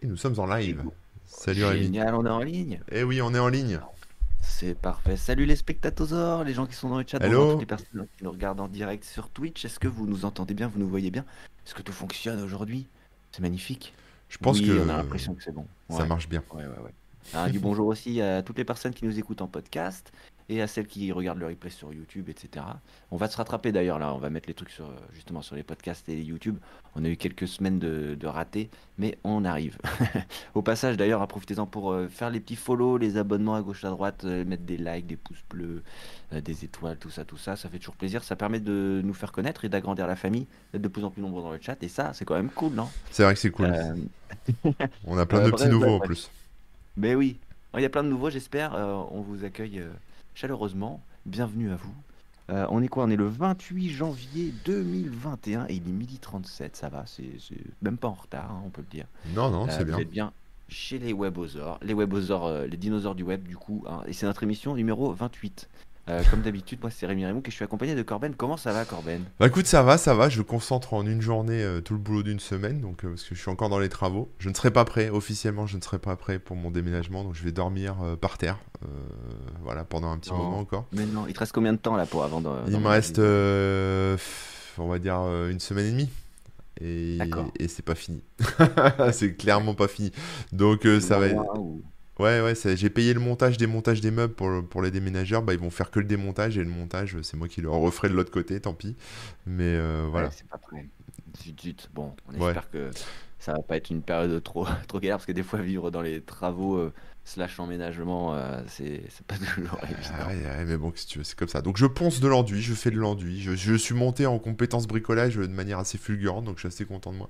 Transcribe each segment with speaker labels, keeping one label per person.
Speaker 1: Et nous sommes en live.
Speaker 2: Bon.
Speaker 1: Salut Rémi.
Speaker 2: Génial, on est en ligne.
Speaker 1: Eh oui, on est en ligne.
Speaker 2: C'est parfait. Salut les spectatosaures, les gens qui sont dans le chat,
Speaker 1: Hello.
Speaker 2: bonjour, toutes les personnes qui nous regardent en direct sur Twitch. Est-ce que vous nous entendez bien, vous nous voyez bien Est-ce que tout fonctionne aujourd'hui C'est magnifique.
Speaker 1: Je pense
Speaker 2: Oui,
Speaker 1: que
Speaker 2: on a l'impression que c'est bon.
Speaker 1: ça
Speaker 2: Ouais.
Speaker 1: marche bien.
Speaker 2: Ouais, ouais, ouais. Ah, du bonjour aussi à toutes les personnes qui nous écoutent en podcast et à celles qui regardent le replay sur YouTube, etc. On va se rattraper d'ailleurs là, on va mettre les trucs sur, justement sur les podcasts et les YouTube. On a eu quelques semaines de, de ratés, mais on arrive. Au passage d'ailleurs, à profitez-en pour euh, faire les petits follow, les abonnements à gauche à droite, euh, mettre des likes, des pouces bleus, euh, des étoiles, tout ça, tout ça. Ça fait toujours plaisir, ça permet de nous faire connaître et d'agrandir la famille, d'être de plus en plus nombreux dans le chat et ça, c'est quand même cool, non
Speaker 1: C'est vrai que c'est cool.
Speaker 2: Euh,
Speaker 1: on a plein
Speaker 2: euh,
Speaker 1: de
Speaker 2: bref,
Speaker 1: petits nouveaux
Speaker 2: bref,
Speaker 1: en
Speaker 2: bref.
Speaker 1: plus.
Speaker 2: Mais Ben oui, Oh, il y a plein de nouveaux, j'espère. Euh, on vous accueille euh, chaleureusement. Bienvenue à vous. Euh, on est quoi On est le 28 janvier 2021 et il est midi 37, ça va, c'est c'est même pas en retard, hein, on peut le dire.
Speaker 1: Non, non,
Speaker 2: Euh,
Speaker 1: Oh, c'est bien.
Speaker 2: Vous êtes bien chez les webosaures, les webosaures, euh, les dinosaures du web du coup, hein. et c'est notre émission numéro 28. Euh, comme d'habitude, moi c'est Rémi Rémouk et je suis accompagné de Corben. Comment ça va Corben
Speaker 1: Bah écoute, ça va, ça va. Je concentre en une journée euh, tout le boulot d'une semaine, donc euh, parce que je suis encore dans les travaux. Je ne serai pas prêt, officiellement, je ne serai pas prêt pour mon déménagement, donc je vais dormir euh, par terre, euh, voilà, pendant un petit
Speaker 2: Non.
Speaker 1: moment encore.
Speaker 2: Mais non, il te reste combien de temps là pour avant de...
Speaker 1: Il me reste, euh, pff, on va dire, euh, une semaine et demie. Et,
Speaker 2: D'accord.
Speaker 1: et c'est pas fini. c'est clairement pas fini. Donc euh, ça va.
Speaker 2: Mois ou-
Speaker 1: Ouais, ouais, ça- j'ai payé le montage, démontage des meubles pour, le- pour les déménageurs. Bah, ils vont faire que le démontage et le montage, euh, c'est moi qui le referai de l'autre côté, tant pis. Mais euh, voilà.
Speaker 2: Ouais, c'est pas prêt. Zut, zut. Bon, on
Speaker 1: Ouais.
Speaker 2: espère que ça va pas être une période de trop, trop galère, parce que des fois, vivre dans les travaux euh, slash emménagement, euh, c'est c'est pas toujours
Speaker 1: Ah
Speaker 2: évident.
Speaker 1: ouais, ouais, mais bon, si tu veux, c'est comme ça. Donc je ponce de l'enduit, je fais de l'enduit. Je, je suis monté en compétences bricolage euh, de manière assez fulgurante, donc je suis assez content de moi.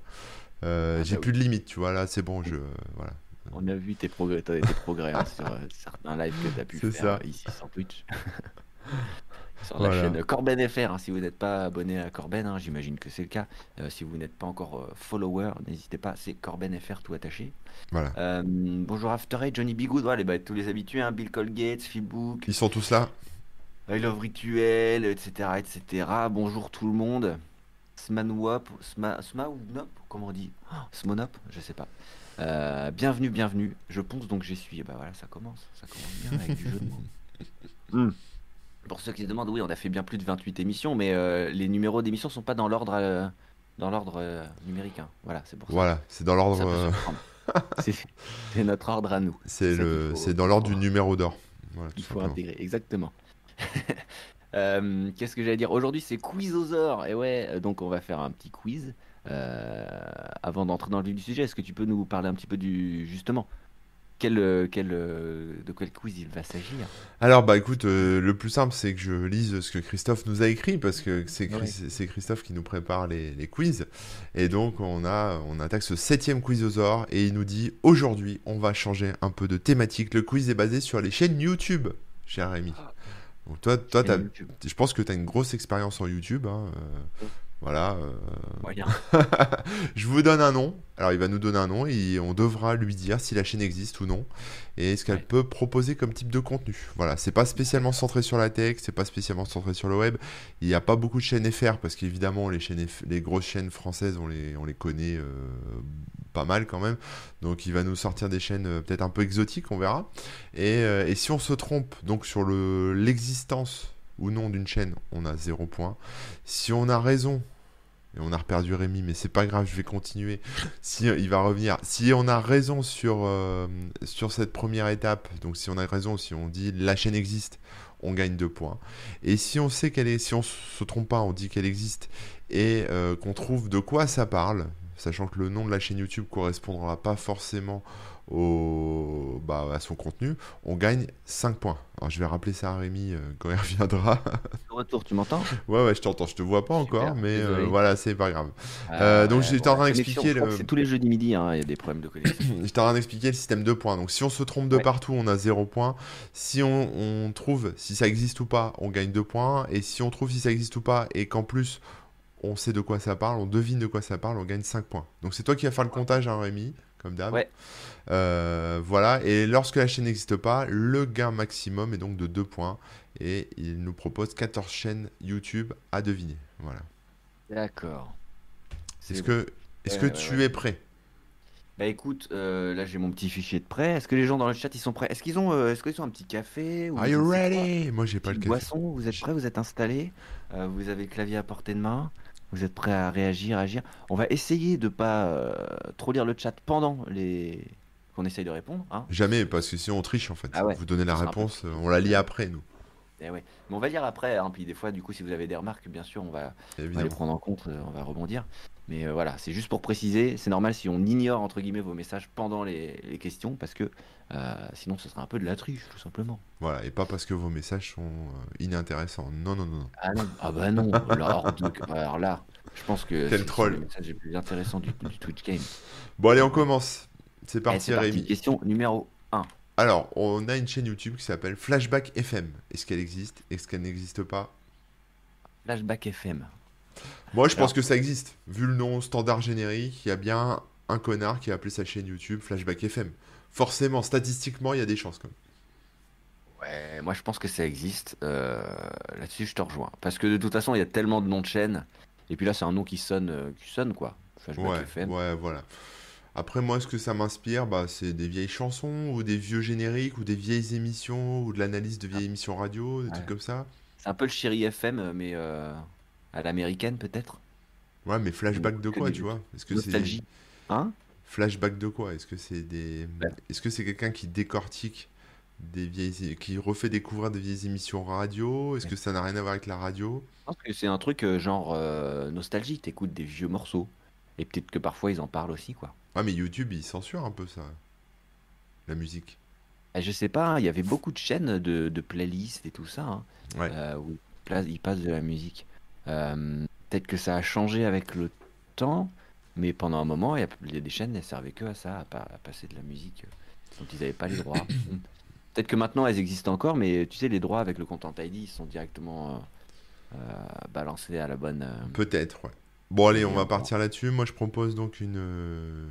Speaker 1: Euh,
Speaker 2: Ah,
Speaker 1: j'ai
Speaker 2: bah
Speaker 1: plus de limite, tu vois, là, c'est bon, je... euh, Voilà.
Speaker 2: On a vu tes progrès, t'as- tes progrès hein, sur euh, certains lives que tu as pu
Speaker 1: C'est
Speaker 2: faire
Speaker 1: ça.
Speaker 2: euh, ici sur Twitch. sur
Speaker 1: Voilà.
Speaker 2: la chaîne Corben FR, hein, si vous n'êtes pas abonné à Corben, hein, j'imagine que c'est le cas. Euh, si vous n'êtes pas encore euh, follower, n'hésitez pas, c'est Corben FR tout attaché.
Speaker 1: Voilà.
Speaker 2: Euh, bonjour After Eight, Johnny Bigood, voilà, les- bah, tous les habitués, hein, Bill Colgate, Phil Book,
Speaker 1: Ils sont tous là
Speaker 2: I Love Rituel, etc., etc. Bonjour tout le monde. Smanwop, Sma, Smaunop, comment on dit Oh, Smonop, je sais pas. Euh, bienvenue, bienvenue. Je pense donc j'y suis. Et bah voilà, ça commence. Ça commence bien avec du jeu de mots. Hmm. Pour ceux qui se demandent, oui, on a fait bien plus de 28 émissions, mais euh, les numéros d'émissions sont pas dans l'ordre euh, dans l'ordre euh, numérique. hein. Voilà, c'est pour ça.
Speaker 1: Voilà, c'est dans
Speaker 2: Ça
Speaker 1: l'ordre...
Speaker 2: peut
Speaker 1: euh,
Speaker 2: surprendre. C'est c'est notre ordre à nous.
Speaker 1: C'est
Speaker 2: ça qu'il
Speaker 1: le,
Speaker 2: faut-
Speaker 1: c'est dans l'ordre du
Speaker 2: faut-
Speaker 1: numéro d'or. Voilà, tout
Speaker 2: Il faut
Speaker 1: simplement.
Speaker 2: intégrer, exactement. Euh, Qu'est-ce que j'allais dire Aujourd'hui, c'est quizosaure. Et ouais, euh, donc on va faire un petit quiz. Euh, avant d'entrer dans le vif du sujet, est-ce que tu peux nous parler un petit peu du justement quel, euh, quel, euh, de quel quiz il va s'agir
Speaker 1: Alors bah écoute, euh, le plus simple c'est que je lise ce que Christophe nous a écrit parce que c'est Chris-
Speaker 2: Ouais.
Speaker 1: c'est Christophe qui nous prépare les, les quiz et donc on a on attaque ce septième quizosaure et il nous dit aujourd'hui on va changer un peu de thématique. Le quiz est basé sur les chaînes YouTube, cher Rémi. Donc toi toi
Speaker 2: Chaîne
Speaker 1: t'as-
Speaker 2: YouTube.
Speaker 1: je pense que tu as une grosse expérience en YouTube. hein, euh, voilà. euh,
Speaker 2: Moyen.
Speaker 1: je vous donne un nom. Alors, il va nous donner un nom et on devra lui dire si la chaîne existe ou non et ce qu'elle
Speaker 2: Ouais.
Speaker 1: peut proposer comme type de contenu. Voilà, c'est pas spécialement centré sur la tech, c'est pas spécialement centré sur le web. Il n'y a pas beaucoup de chaînes FR parce qu'évidemment, les, chaînes F- les grosses chaînes françaises, on les, on les connaît euh, pas mal quand même. Donc, il va nous sortir des chaînes euh, peut-être un peu exotiques, on verra. Et, euh, et si on se trompe donc sur le- l'existence ou non d'une chaîne, on a zéro point. Si on a raison, et on a reperdu Rémi, mais c'est pas grave, je vais continuer. Si il va revenir, si on a raison sur euh, sur cette première étape, donc si on a raison, si on dit la chaîne existe, on gagne deux points. Et si on sait qu'elle est, si on se trompe pas, on dit qu'elle existe et euh, qu'on trouve de quoi ça parle, sachant que le nom de la chaîne YouTube correspondra pas forcément au bah, à son contenu, on gagne 5 points. Alors je vais rappeler ça à Rémi euh, quand il reviendra.
Speaker 2: De Retour, tu m'entends
Speaker 1: ouais ouais, je t'entends, je te vois pas
Speaker 2: Super,
Speaker 1: encore, mais euh,
Speaker 2: désolé.
Speaker 1: voilà, c'est pas grave. Euh, donc, j'étais en train
Speaker 2: la
Speaker 1: d'expliquer
Speaker 2: connexion, je crois
Speaker 1: le-
Speaker 2: que C'est tous les jeudis midi, hein, il y a des problèmes de connexion.
Speaker 1: je t'ai rien expliqué le système de points. Donc si on se trompe de
Speaker 2: Ouais.
Speaker 1: partout, on a 0 points. Si on, on trouve si ça existe ou pas, on gagne 2 points. Et si on trouve si ça existe ou pas et qu'en plus on sait de quoi ça parle, on devine de quoi ça parle, on gagne 5 points. Donc c'est toi qui vas faire le comptage, hein, Rémi, comme d'hab.
Speaker 2: Ouais.
Speaker 1: Euh, voilà, et lorsque la chaîne n'existe pas, le gain maximum est donc de 2 points. Et il nous propose 14 chaînes YouTube à deviner. Voilà.
Speaker 2: D'accord. C'est
Speaker 1: Est-ce
Speaker 2: bon.
Speaker 1: que, est
Speaker 2: Ouais,
Speaker 1: que
Speaker 2: ouais,
Speaker 1: tu
Speaker 2: ouais.
Speaker 1: es prêt
Speaker 2: Bah écoute, euh, là j'ai mon petit fichier de prêt. Est-ce que les gens dans le chat ils sont prêts Est-ce qu'ils ont, euh, est-ce qu'ils ont un petit café ou
Speaker 1: Are
Speaker 2: je
Speaker 1: you
Speaker 2: ne sais quoi,
Speaker 1: ready Moi, j'ai pas le
Speaker 2: petite
Speaker 1: café.
Speaker 2: boisson Vous êtes prêts Vous êtes installés Euh, Vous avez le clavier à portée de main Vous êtes prêts à réagir, agir On va essayer de pas euh, trop lire le chat pendant les qu'on essaye de répondre. Hein
Speaker 1: Jamais, parce que sinon on triche en fait.
Speaker 2: Ah ouais,
Speaker 1: Vous donnez la
Speaker 2: ça sera un peu
Speaker 1: réponse, euh, on la lit après, nous.
Speaker 2: Eh ouais. Mais on va lire après. Hein. Puis des fois, du coup, si vous avez des remarques, bien sûr, on va, on va les
Speaker 1: Évidemment.
Speaker 2: prendre en compte, euh, on va rebondir. Mais euh, voilà, c'est juste pour préciser, c'est normal si on ignore entre guillemets vos messages pendant les, les questions, parce que euh, sinon ce sera un peu de la triche, tout simplement.
Speaker 1: Voilà, et pas parce que vos messages sont euh, inintéressants. Non, non, non. non.
Speaker 2: Ah non, ah bah non, alors, donc, alors là, je pense que
Speaker 1: Quel
Speaker 2: c'est-
Speaker 1: troll.
Speaker 2: c'est le message le plus intéressant du, du Twitch Game.
Speaker 1: Bon, allez, on commence. C'est
Speaker 2: Eh,
Speaker 1: parti,
Speaker 2: c'est parti,
Speaker 1: Rémi.
Speaker 2: question numéro 1.
Speaker 1: Alors, on a une chaîne YouTube qui s'appelle Flashback FM. Est-ce qu'elle existe Est-ce qu'elle n'existe pas
Speaker 2: Flashback FM.
Speaker 1: Moi, je
Speaker 2: Alors-
Speaker 1: pense que ça existe. Vu le nom standard générique, il y a bien un connard qui a appelé sa chaîne YouTube Flashback FM. Forcément, statistiquement, il y a des chances quand même.
Speaker 2: Ouais, moi je pense que ça existe. euh, Là-dessus, je te rejoins. Parce que de toute façon, il y a tellement de noms de chaînes. Et puis là, c'est un nom qui sonne, euh, qui sonne quoi. Flashback
Speaker 1: Ouais,
Speaker 2: FM.
Speaker 1: ouais, voilà. Après, moi, ce que ça m'inspire, bah, c'est des vieilles chansons, ou des vieux génériques, ou des vieilles émissions, ou de l'analyse de vieilles émissions radio, des
Speaker 2: Ah. Ouais.
Speaker 1: trucs comme ça.
Speaker 2: C'est un peu le chéri FM, mais euh, à l'américaine peut-être.
Speaker 1: Ouais, mais flashback de
Speaker 2: Que
Speaker 1: quoi,
Speaker 2: des-
Speaker 1: tu vois Est-ce que c'est
Speaker 2: Nostalgie. Hein
Speaker 1: flashback de quoi Est-ce que c'est des
Speaker 2: Ouais.
Speaker 1: Est-ce que c'est quelqu'un qui décortique des vieilles qui refait découvrir des vieilles émissions radio Est-ce que ça n'a rien à voir avec la radio
Speaker 2: Je pense que c'est un truc euh, genre euh, nostalgie. T'écoutes des vieux morceaux. Et peut-être que parfois ils en parlent aussi, quoi.
Speaker 1: Ouais, mais YouTube, il censure un peu ça. La musique.
Speaker 2: Ah, je sais pas, hein, il y avait beaucoup de chaînes de, de playlists et tout ça, hein,
Speaker 1: Ouais.
Speaker 2: euh, où ils pla- ils passent de la musique. Euh, peut-être que ça a changé avec le temps, mais pendant un moment, il y, a- il y a des chaînes, elles servaient que à ça, à, pa- à passer de la musique euh, dont ils n'avaient pas les droits. peut-être que maintenant, elles existent encore, mais tu sais, les droits avec le Content ID, ils sont directement euh, euh, balancés à la bonne. euh,
Speaker 1: Peut-être, ouais. Bon, allez, on
Speaker 2: Et
Speaker 1: va
Speaker 2: on-
Speaker 1: partir là-dessus. Moi, je propose donc une, euh,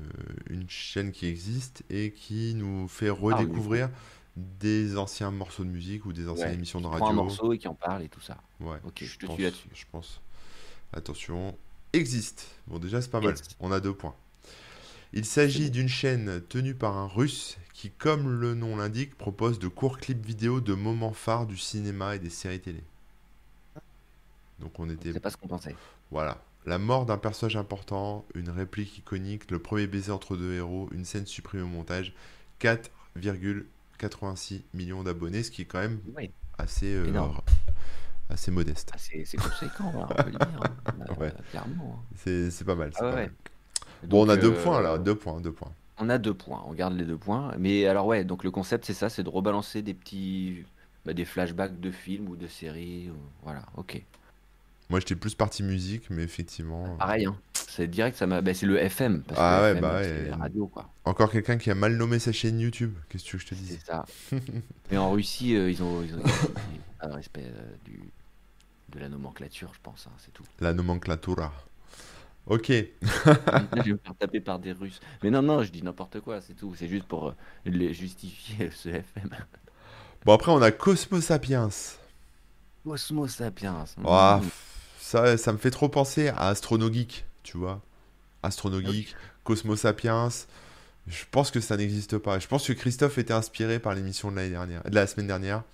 Speaker 1: une chaîne qui existe et qui nous
Speaker 2: Ah,
Speaker 1: fait redécouvrir des anciens morceaux de musique ou des anciennes
Speaker 2: Ouais,
Speaker 1: émissions de
Speaker 2: qui prend un
Speaker 1: radio.
Speaker 2: morceau et qui en parle et tout ça.
Speaker 1: Ouais,
Speaker 2: Ok, je te suis
Speaker 1: pense,
Speaker 2: là-dessus.
Speaker 1: Je pense. Attention. Existe. Bon, déjà, c'est pas mal.
Speaker 2: Yes.
Speaker 1: On a deux points. Il s'agit
Speaker 2: bon.
Speaker 1: d'une chaîne tenue par un russe qui, comme le nom l'indique, propose de courts clips vidéo de moments phares du cinéma et des séries télé. Donc, on était
Speaker 2: C'est pas ce qu'on pensait.
Speaker 1: voilà. La mort d'un personnage important, une réplique iconique, le premier baiser entre deux héros, une scène supprimée au montage, 4,86 millions d'abonnés, ce qui est quand même
Speaker 2: Oui.
Speaker 1: assez, euh,
Speaker 2: Énorme.
Speaker 1: assez modeste.
Speaker 2: Ah, c'est c'est conséquent, hein, on peut le dire, hein,
Speaker 1: Ouais.
Speaker 2: euh, clairement. hein.
Speaker 1: C'est c'est pas mal. c'est
Speaker 2: Ah ouais,
Speaker 1: pas
Speaker 2: ouais.
Speaker 1: mal. Bon, on
Speaker 2: Donc,
Speaker 1: a deux
Speaker 2: euh,
Speaker 1: points là, deux points, deux points.
Speaker 2: On a deux points, on garde les deux points. Mais alors ouais, donc le concept c'est ça, c'est de rebalancer des petits, bah, des flashbacks de films ou de séries. ou- Voilà, ok.
Speaker 1: Moi j'étais plus parti musique, mais effectivement. euh,
Speaker 2: Pareil, hein. c'est direct, ça m'a, bah, c'est le FM parce
Speaker 1: Ah
Speaker 2: que
Speaker 1: ouais,
Speaker 2: FM,
Speaker 1: bah
Speaker 2: c'est
Speaker 1: ouais.
Speaker 2: la radio quoi.
Speaker 1: Encore quelqu'un qui a mal nommé sa chaîne YouTube. Qu'est-ce que tu veux que je te dise
Speaker 2: C'est ça. Mais en Russie, euh, ils ont, ils ont, ils ont pas de respect euh, du, de la nomenclature, je pense. hein, c'est tout.
Speaker 1: La nomenclatura. Ok.
Speaker 2: Là, je vais me faire taper par des Russes. Mais non, non, je dis n'importe quoi, c'est tout. C'est juste pour euh, les justifier ce FM.
Speaker 1: Bon, après on a Cosmo Sapiens.
Speaker 2: Cosmos sapiens. Ah Mm.
Speaker 1: Ouah, ça, ça me fait trop penser à Astrono Geek, tu vois. Astrono
Speaker 2: Ah oui.
Speaker 1: Geek, Cosmo Sapiens. Je pense que ça n'existe pas. Je pense que Christophe était inspiré par l'émission de l'année dernière, de la semaine dernière.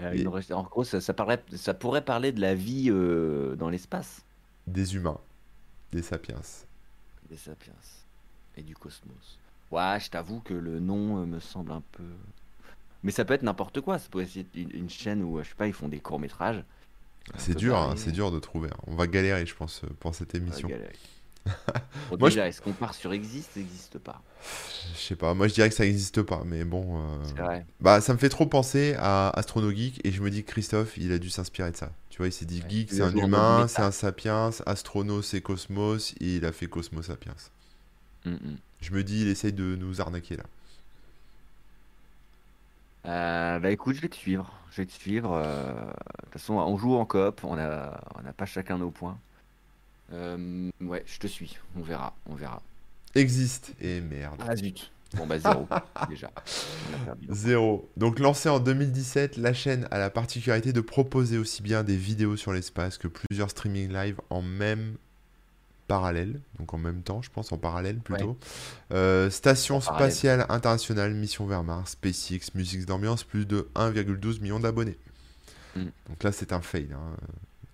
Speaker 2: Euh,
Speaker 1: Et-
Speaker 2: une resta- En gros, ça, ça, parlerait- ça pourrait parler de la vie euh, dans l'espace
Speaker 1: Des humains, des sapiens.
Speaker 2: Ah, des sapiens et du cosmos. Ouais, je t'avoue que le nom euh, me semble un peu. Mais ça peut être n'importe quoi. Ça pourrait être une, une chaîne où, euh, je sais pas, ils font des courts-métrages. euh,
Speaker 1: C'est
Speaker 2: peut
Speaker 1: dur, hein,
Speaker 2: parler.
Speaker 1: c'est dur de trouver. hein. On va galérer, je pense, euh, pour cette
Speaker 2: Euh,
Speaker 1: émission.
Speaker 2: galère. Bon,
Speaker 1: Moi, je-
Speaker 2: déjà, est-ce qu'on part sur existe N'existe pas.
Speaker 1: Je sais pas, moi je dirais que ça n'existe pas, mais bon. euh,
Speaker 2: C'est vrai.
Speaker 1: Bah, ça me fait trop penser à Astrono Geek et je me dis que Christophe, il a dû s'inspirer de ça. Tu vois, il s'est dit
Speaker 2: Ouais,
Speaker 1: geek,
Speaker 2: il
Speaker 1: c'est
Speaker 2: a
Speaker 1: un
Speaker 2: joué en mode
Speaker 1: humain,
Speaker 2: méta.
Speaker 1: c'est un sapiens, astrono, c'est cosmos, et il a fait Cosmos Sapiens.
Speaker 2: Mm, mm.
Speaker 1: Je me dis, il essaye de nous arnaquer là.
Speaker 2: Euh, bah écoute, je vais te suivre. Je vais te suivre. euh, De toute façon, on joue en coop. On a, on n'a pas chacun nos points. Euh, ouais, je te suis. On verra. On verra.
Speaker 1: Existe et merde.
Speaker 2: Ah zut. Bon bah zéro déjà. On a perdu.
Speaker 1: Zéro. Donc lancée en 2017, la chaîne a la particularité de proposer aussi bien des vidéos sur l'espace que plusieurs streaming live en même parallèle, donc en même temps, je pense, en parallèle plutôt. Ouais. Euh, Station parallèle. spatiale internationale, mission vers Mars, SpaceX, musique d'ambiance, plus de 1,12 million d'abonnés. Mm. Donc là, c'est un fail. Hein.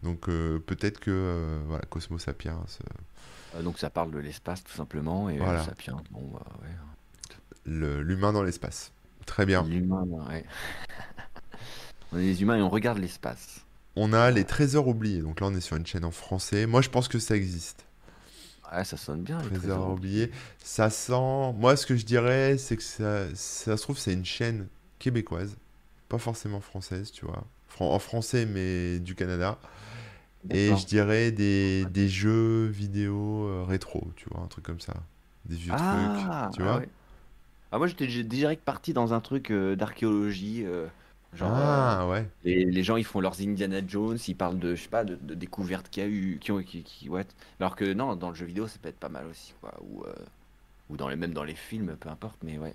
Speaker 1: Donc euh, peut-être que euh, voilà, Cosmos Sapiens.
Speaker 2: Euh, donc ça parle de l'espace tout simplement et voilà. Sapiens. Bon, bah, ouais.
Speaker 1: L'humain Le, dans l'espace. Très bien.
Speaker 2: L'humain, ouais. on est des humains et on regarde l'espace.
Speaker 1: On a les trésors oubliés. Donc là, on est sur une chaîne en français. Moi, je pense que ça existe.
Speaker 2: Ouais, ça sonne bien.
Speaker 1: Trésors, trésors oubliés. Ça sent. Moi, ce que je dirais, c'est que ça, ça se trouve, c'est une chaîne québécoise. Pas forcément française, tu vois. Fran... En français, mais du Canada. Et je dirais des, des jeux vidéo euh, rétro, tu vois, un truc comme ça. Des vieux ah, trucs, tu ah vois. Ouais.
Speaker 2: Ah, moi, j'étais direct parti dans un truc euh, d'archéologie. Euh... Genre, euh,
Speaker 1: ah, ouais.
Speaker 2: les, les, gens ils font leurs Indiana Jones, ils parlent de je sais pas de, de découvertes qu'il y a eu, qui ont, qui, qui ouais. Alors que non, dans le jeu vidéo ça peut être pas mal aussi quoi, ou euh, ou dans les même dans les films, peu importe, mais ouais.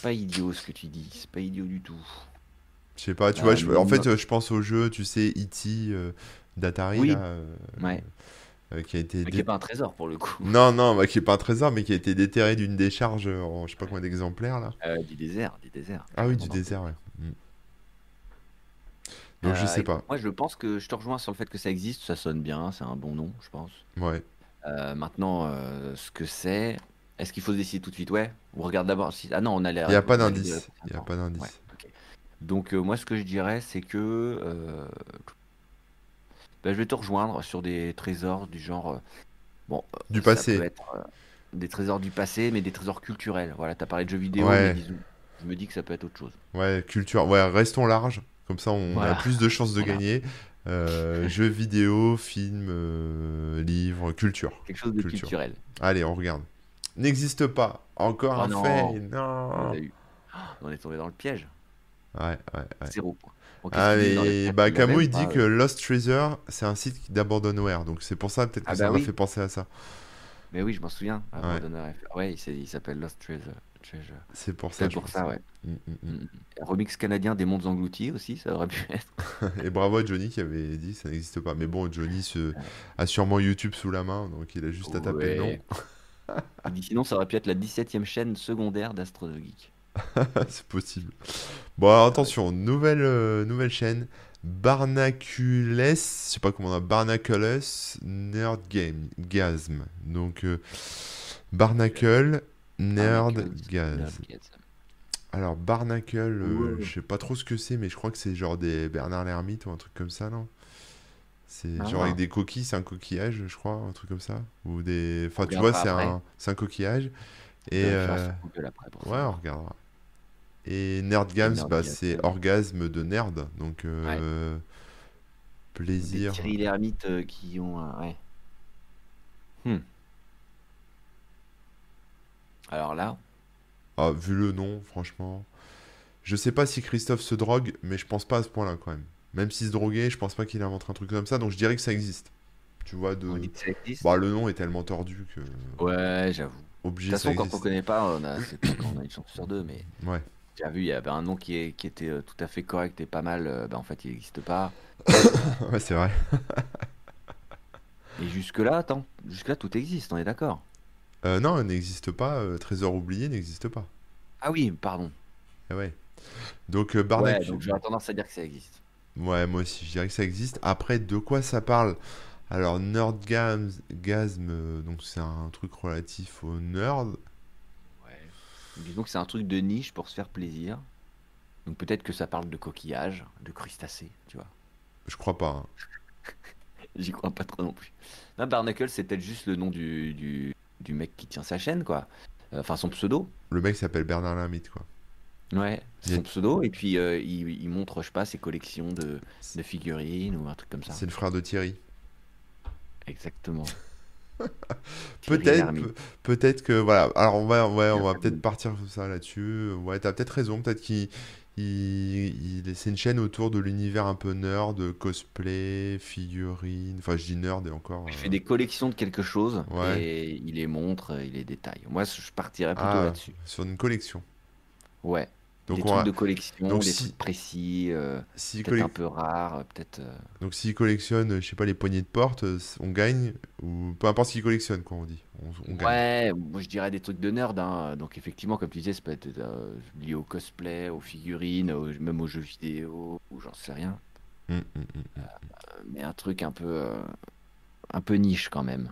Speaker 2: Pas idiot ce que tu dis, c'est pas idiot du tout.
Speaker 1: Je sais
Speaker 2: bah,
Speaker 1: pas, tu ah, vois, je, en fait je pense au jeu, tu sais, E.T. Euh, d'Atari
Speaker 2: oui.
Speaker 1: là. Euh,
Speaker 2: ouais.
Speaker 1: qui a été
Speaker 2: dé... qui est pas un trésor pour le coup.
Speaker 1: Non non, bah, qui est pas un trésor mais qui a été déterré d'une décharge en je sais pas combien d'exemplaires là.
Speaker 2: Euh, du désert, du désert.
Speaker 1: Ah oui, du désert, ouais. Mm. Donc euh, je sais pas.
Speaker 2: Moi je pense que je te rejoins sur le fait que ça existe, ça sonne bien, c'est un bon nom, je pense.
Speaker 1: Ouais.
Speaker 2: Euh, maintenant, euh, ce que c'est, est-ce qu'il faut se décider tout de suite Ouais. On regarde d'abord si. Ah non, on a l'air.
Speaker 1: Il n'y a pas d'indice. Il y a pas d'indice. Ouais,
Speaker 2: okay. Donc euh, moi ce que je dirais, c'est que ben, je vais te rejoindre sur des trésors du genre. Bon.
Speaker 1: Du passé.
Speaker 2: Être, euh, des trésors du passé, mais des trésors culturels. Voilà, t'as parlé de jeux vidéo, ouais. mais disons, je me dis que ça peut être autre chose.
Speaker 1: Ouais, culture. Ouais, restons large. Comme ça, on voilà. a plus de chances de voilà. gagner. Euh, jeux vidéo, films, euh, livres, culture.
Speaker 2: Quelque chose de culture. culturel.
Speaker 1: Allez, on regarde. N'existe pas. Encore oh un
Speaker 2: non.
Speaker 1: fail. Non.
Speaker 2: On, eu. Oh, on est tombé dans le piège.
Speaker 1: Ouais, ouais, ouais.
Speaker 2: Zéro point.
Speaker 1: Donc, ah, mais bah, Camo, il dit
Speaker 2: euh,
Speaker 1: que Lost Treasure, c'est un site d'Abandonware. Donc, c'est pour ça, peut-être que ah bah ça m'a oui. fait penser à ça.
Speaker 2: Mais oui, je m'en souviens. Ah, Abandonware. Ouais, il s'appelle Lost Treasure.
Speaker 1: C'est pour ça.
Speaker 2: C'est pour ça, ouais. Mm, mm, mm. Remix canadien des mondes engloutis aussi, ça aurait pu être.
Speaker 1: et bravo à Johnny qui avait dit ça n'existe pas. Mais bon, Johnny se... a sûrement YouTube sous la main, donc il a juste à taper ouais.
Speaker 2: non. Ah, Sinon, ça aurait pu être la 17ème chaîne secondaire d'Astro Geek.
Speaker 1: C'est possible. Bon, alors, attention, nouvelle, euh, nouvelle chaîne. Barnacules, je sais pas comment on a, Barnacules Nerd Game, Gasm. Donc, euh, Barnacle, Nerd Gaz. Alors, Barnacle, euh, je sais pas trop ce que c'est, mais je crois que c'est genre des Bernard l'Ermite ou un truc comme ça, non C'est ah genre ouais. avec des coquilles, c'est un coquillage, je crois, un truc comme ça. Ou des. Enfin, on tu vois, c'est un, un, coquillage. Et. Euh... ouais, on regardera. Et Nerd Games, nerd bah, c'est orgasme de nerd, donc. Euh... Ouais. Plaisir.
Speaker 2: Thierry l'Ermite euh, qui ont. Un... Ouais. Hmm. Alors là
Speaker 1: ah, Vu le nom, franchement. Je sais pas si Christophe se drogue, mais je pense pas à ce point-là quand même. Même s'il se droguait, je pense pas qu'il invente un truc comme ça, donc je dirais que ça existe. Tu vois, de...
Speaker 2: Existe.
Speaker 1: Bah, le nom est tellement tordu que.
Speaker 2: Ouais, j'avoue. De
Speaker 1: toute
Speaker 2: façon, quand on connaît pas, on a... on a, une chance sur deux, mais.
Speaker 1: Ouais.
Speaker 2: J'ai vu, il y avait un nom qui, est... qui, était euh, tout à fait correct et pas mal, ben, en fait, il n'existe pas.
Speaker 1: ouais, c'est vrai.
Speaker 2: et jusque-là, attends, jusque-là, tout existe, on est d'accord.
Speaker 1: Euh, non, n'existe pas. Euh, Trésor oublié n'existe pas.
Speaker 2: Ah oui, pardon.
Speaker 1: Ah ouais. Donc, euh, Barnacle.
Speaker 2: Ouais, donc j'aurais tendance à dire que ça existe.
Speaker 1: Ouais, moi aussi, je dirais que ça existe. Après, de quoi ça parle Alors, Nerdgasm, euh, donc c'est un truc relatif au nerd.
Speaker 2: Ouais. Disons que c'est un truc de niche pour se faire plaisir. Donc peut-être que ça parle de coquillages, de crustacés, tu vois.
Speaker 1: Je crois pas.
Speaker 2: Hein. J'y crois pas trop non plus. Non, Barnacle, c'est peut-être juste le nom du, du du mec qui tient sa chaîne, quoi. Euh, Enfin, son pseudo.
Speaker 1: Le mec s'appelle Bernard Limite, quoi.
Speaker 2: Ouais, c'est son pseudo, et puis euh, il, il, montre, je sais pas, ses collections de, de figurines ou un truc comme ça.
Speaker 1: C'est le frère de Thierry.
Speaker 2: Exactement.
Speaker 1: peut-être, peut-être que voilà. Alors on va, ouais, on va peut-être partir comme ça là-dessus. Ouais, t'as peut-être raison. Peut-être qu'il, il, il, c'est une chaîne autour de l'univers un peu nerd, cosplay, figurines. Enfin, je dis nerd et encore. euh,
Speaker 2: Il fait des collections de quelque chose ouais. et il les montre, il les détaille. Moi, je partirais plutôt ah, là-dessus.
Speaker 1: Sur une collection.
Speaker 2: Ouais.
Speaker 1: Donc,
Speaker 2: des
Speaker 1: on
Speaker 2: trucs
Speaker 1: va-
Speaker 2: de collection,
Speaker 1: donc
Speaker 2: des
Speaker 1: si-
Speaker 2: trucs précis, euh,
Speaker 1: s'ils
Speaker 2: peut-être
Speaker 1: collec-
Speaker 2: un peu rares, euh, peut-être. euh,
Speaker 1: donc s'ils collectionnent, euh, je sais pas, les poignées de porte, euh, c- on gagne, ou peu importe ce qu'ils collectionnent, quoi, on dit. On, on gagne.
Speaker 2: Ouais, moi je dirais des trucs de nerd. hein. Donc effectivement, comme tu disais, ça peut être euh, lié au cosplay, aux figurines, au- même aux jeux vidéo, ou j'en sais rien.
Speaker 1: Mm, mm, mm.
Speaker 2: Euh, Mais un truc un peu, euh, un peu niche quand même.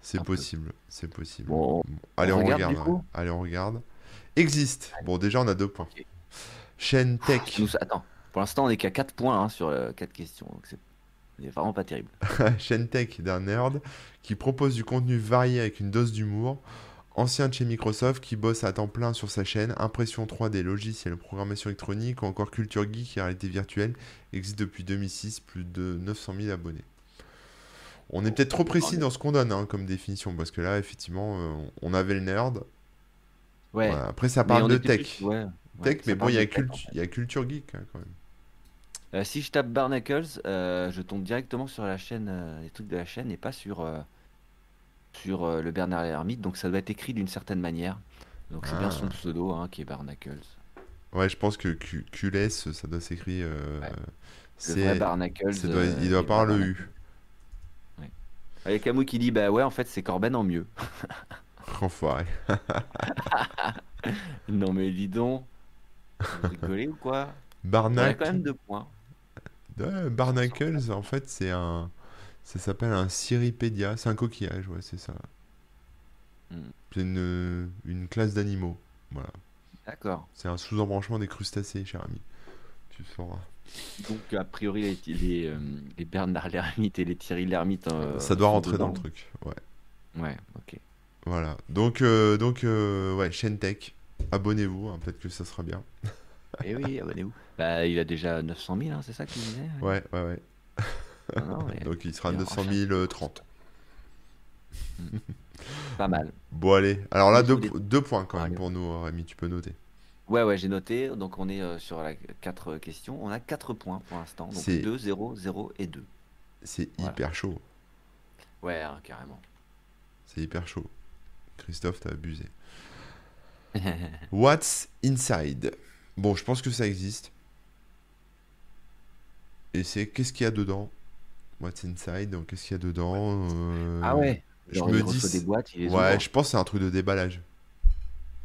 Speaker 1: C'est
Speaker 2: Un peu.
Speaker 1: possible, c'est possible.
Speaker 2: Bon,
Speaker 1: Allez,
Speaker 2: on
Speaker 1: on regarde.
Speaker 2: regarde, du
Speaker 1: ouais.
Speaker 2: coup
Speaker 1: Allez, on regarde. Existe. Bon, déjà, on a deux points.
Speaker 2: Ok. Ah,
Speaker 1: Chaîne Tech.
Speaker 2: nous, attends, pour l'instant on est qu'à 4 points hein, sur 4 questions. Donc c'est c'est vraiment pas terrible.
Speaker 1: chaîne tech d'un nerd qui propose du contenu varié avec une dose d'humour. Ancien de chez Microsoft qui bosse à temps plein sur sa chaîne, impression 3D, logiciel, programmation électronique ou encore culture geek et réalité virtuelle, existe depuis 2006, plus de 900 000 abonnés. On est peut-être
Speaker 2: Oh,
Speaker 1: trop précis dans ce qu'on donne hein, comme définition, parce que là, effectivement, euh, on avait le nerd.
Speaker 2: Ouais.
Speaker 1: Voilà. Après, ça
Speaker 2: Mais
Speaker 1: parle
Speaker 2: on
Speaker 1: de
Speaker 2: était
Speaker 1: tech.
Speaker 2: plus- ouais, ouais,
Speaker 1: Tech,
Speaker 2: ça
Speaker 1: mais bon,
Speaker 2: parle
Speaker 1: il y,
Speaker 2: de
Speaker 1: a
Speaker 2: tech, en
Speaker 1: cultu- il y a culture geek hein, quand même.
Speaker 2: Euh, si je tape Barnacles, euh, je tombe directement sur la chaîne, euh, les trucs de la chaîne et pas sur, euh, sur euh, le Bernard l'ermite, donc ça doit être écrit d'une certaine manière. Donc c'est
Speaker 1: Ah.
Speaker 2: bien son pseudo hein, qui est Barnacles.
Speaker 1: Ouais, je pense que Q- QLS, ça doit s'écrire. euh,
Speaker 2: Ouais. Le
Speaker 1: c'est-
Speaker 2: vrai Barnacles.
Speaker 1: ça doit-
Speaker 2: euh,
Speaker 1: il doit
Speaker 2: est
Speaker 1: pas avoir
Speaker 2: pas
Speaker 1: le
Speaker 2: Barnacle.
Speaker 1: U.
Speaker 2: Ah, Il y a Camus qui dit Bah ouais, en fait c'est Corben en mieux.
Speaker 1: Enfoiré.
Speaker 2: non mais dis donc, vous rigolez ou quoi On a
Speaker 1: Barnac...
Speaker 2: quand même deux points.
Speaker 1: Ouais, Barnacles, en fait, c'est un. Ça s'appelle un Siripédia. C'est un coquillage, ouais, c'est ça.
Speaker 2: Hmm.
Speaker 1: C'est une, une classe d'animaux. Voilà.
Speaker 2: D'accord.
Speaker 1: C'est un sous-embranchement des crustacés, cher ami. Tu le sauras.
Speaker 2: Donc a priori les, les, euh, les Bernard l'ermite et les Thierry l'ermite. euh,
Speaker 1: ça doit
Speaker 2: sont
Speaker 1: rentrer dans le
Speaker 2: dedans.
Speaker 1: truc. Ouais.
Speaker 2: Ouais, ok.
Speaker 1: Voilà. Donc, euh, donc euh, ouais, chaîne tech. Abonnez-vous, hein, peut-être que ça sera bien.
Speaker 2: Eh oui, abonnez-vous. Bah, il a déjà 900 000, hein, c'est ça que tu disais ouais.
Speaker 1: Ouais, ouais, ouais.
Speaker 2: Non, non, mais
Speaker 1: Donc, il sera
Speaker 2: Il y aura
Speaker 1: 900
Speaker 2: chaîne.
Speaker 1: 000, euh, 30.
Speaker 2: Pas mal.
Speaker 1: Bon, allez. Alors là,
Speaker 2: Il
Speaker 1: deux,
Speaker 2: faut des-
Speaker 1: deux points quand même
Speaker 2: Allez.
Speaker 1: pour nous, hein, Rémi. Tu peux noter.
Speaker 2: Ouais, ouais, j'ai noté. Donc, on est euh, sur la 4 questions. On a 4 points pour l'instant. Donc,
Speaker 1: C'est-
Speaker 2: 2, 0, 0 et 2.
Speaker 1: C'est
Speaker 2: Voilà.
Speaker 1: hyper chaud.
Speaker 2: Ouais, hein, carrément.
Speaker 1: C'est hyper chaud. Christophe, t'as abusé. What's Inside Bon, je pense que ça existe. Et c'est qu'est-ce qu'il y a dedans What's Inside Donc, qu'est-ce qu'il y a dedans Euh,
Speaker 2: ah ouais
Speaker 1: je
Speaker 2: Genre,
Speaker 1: me
Speaker 2: il
Speaker 1: dis-
Speaker 2: reçoit des boîtes, il les
Speaker 1: Ouais,
Speaker 2: ouvre.
Speaker 1: je pense que c'est un truc de déballage.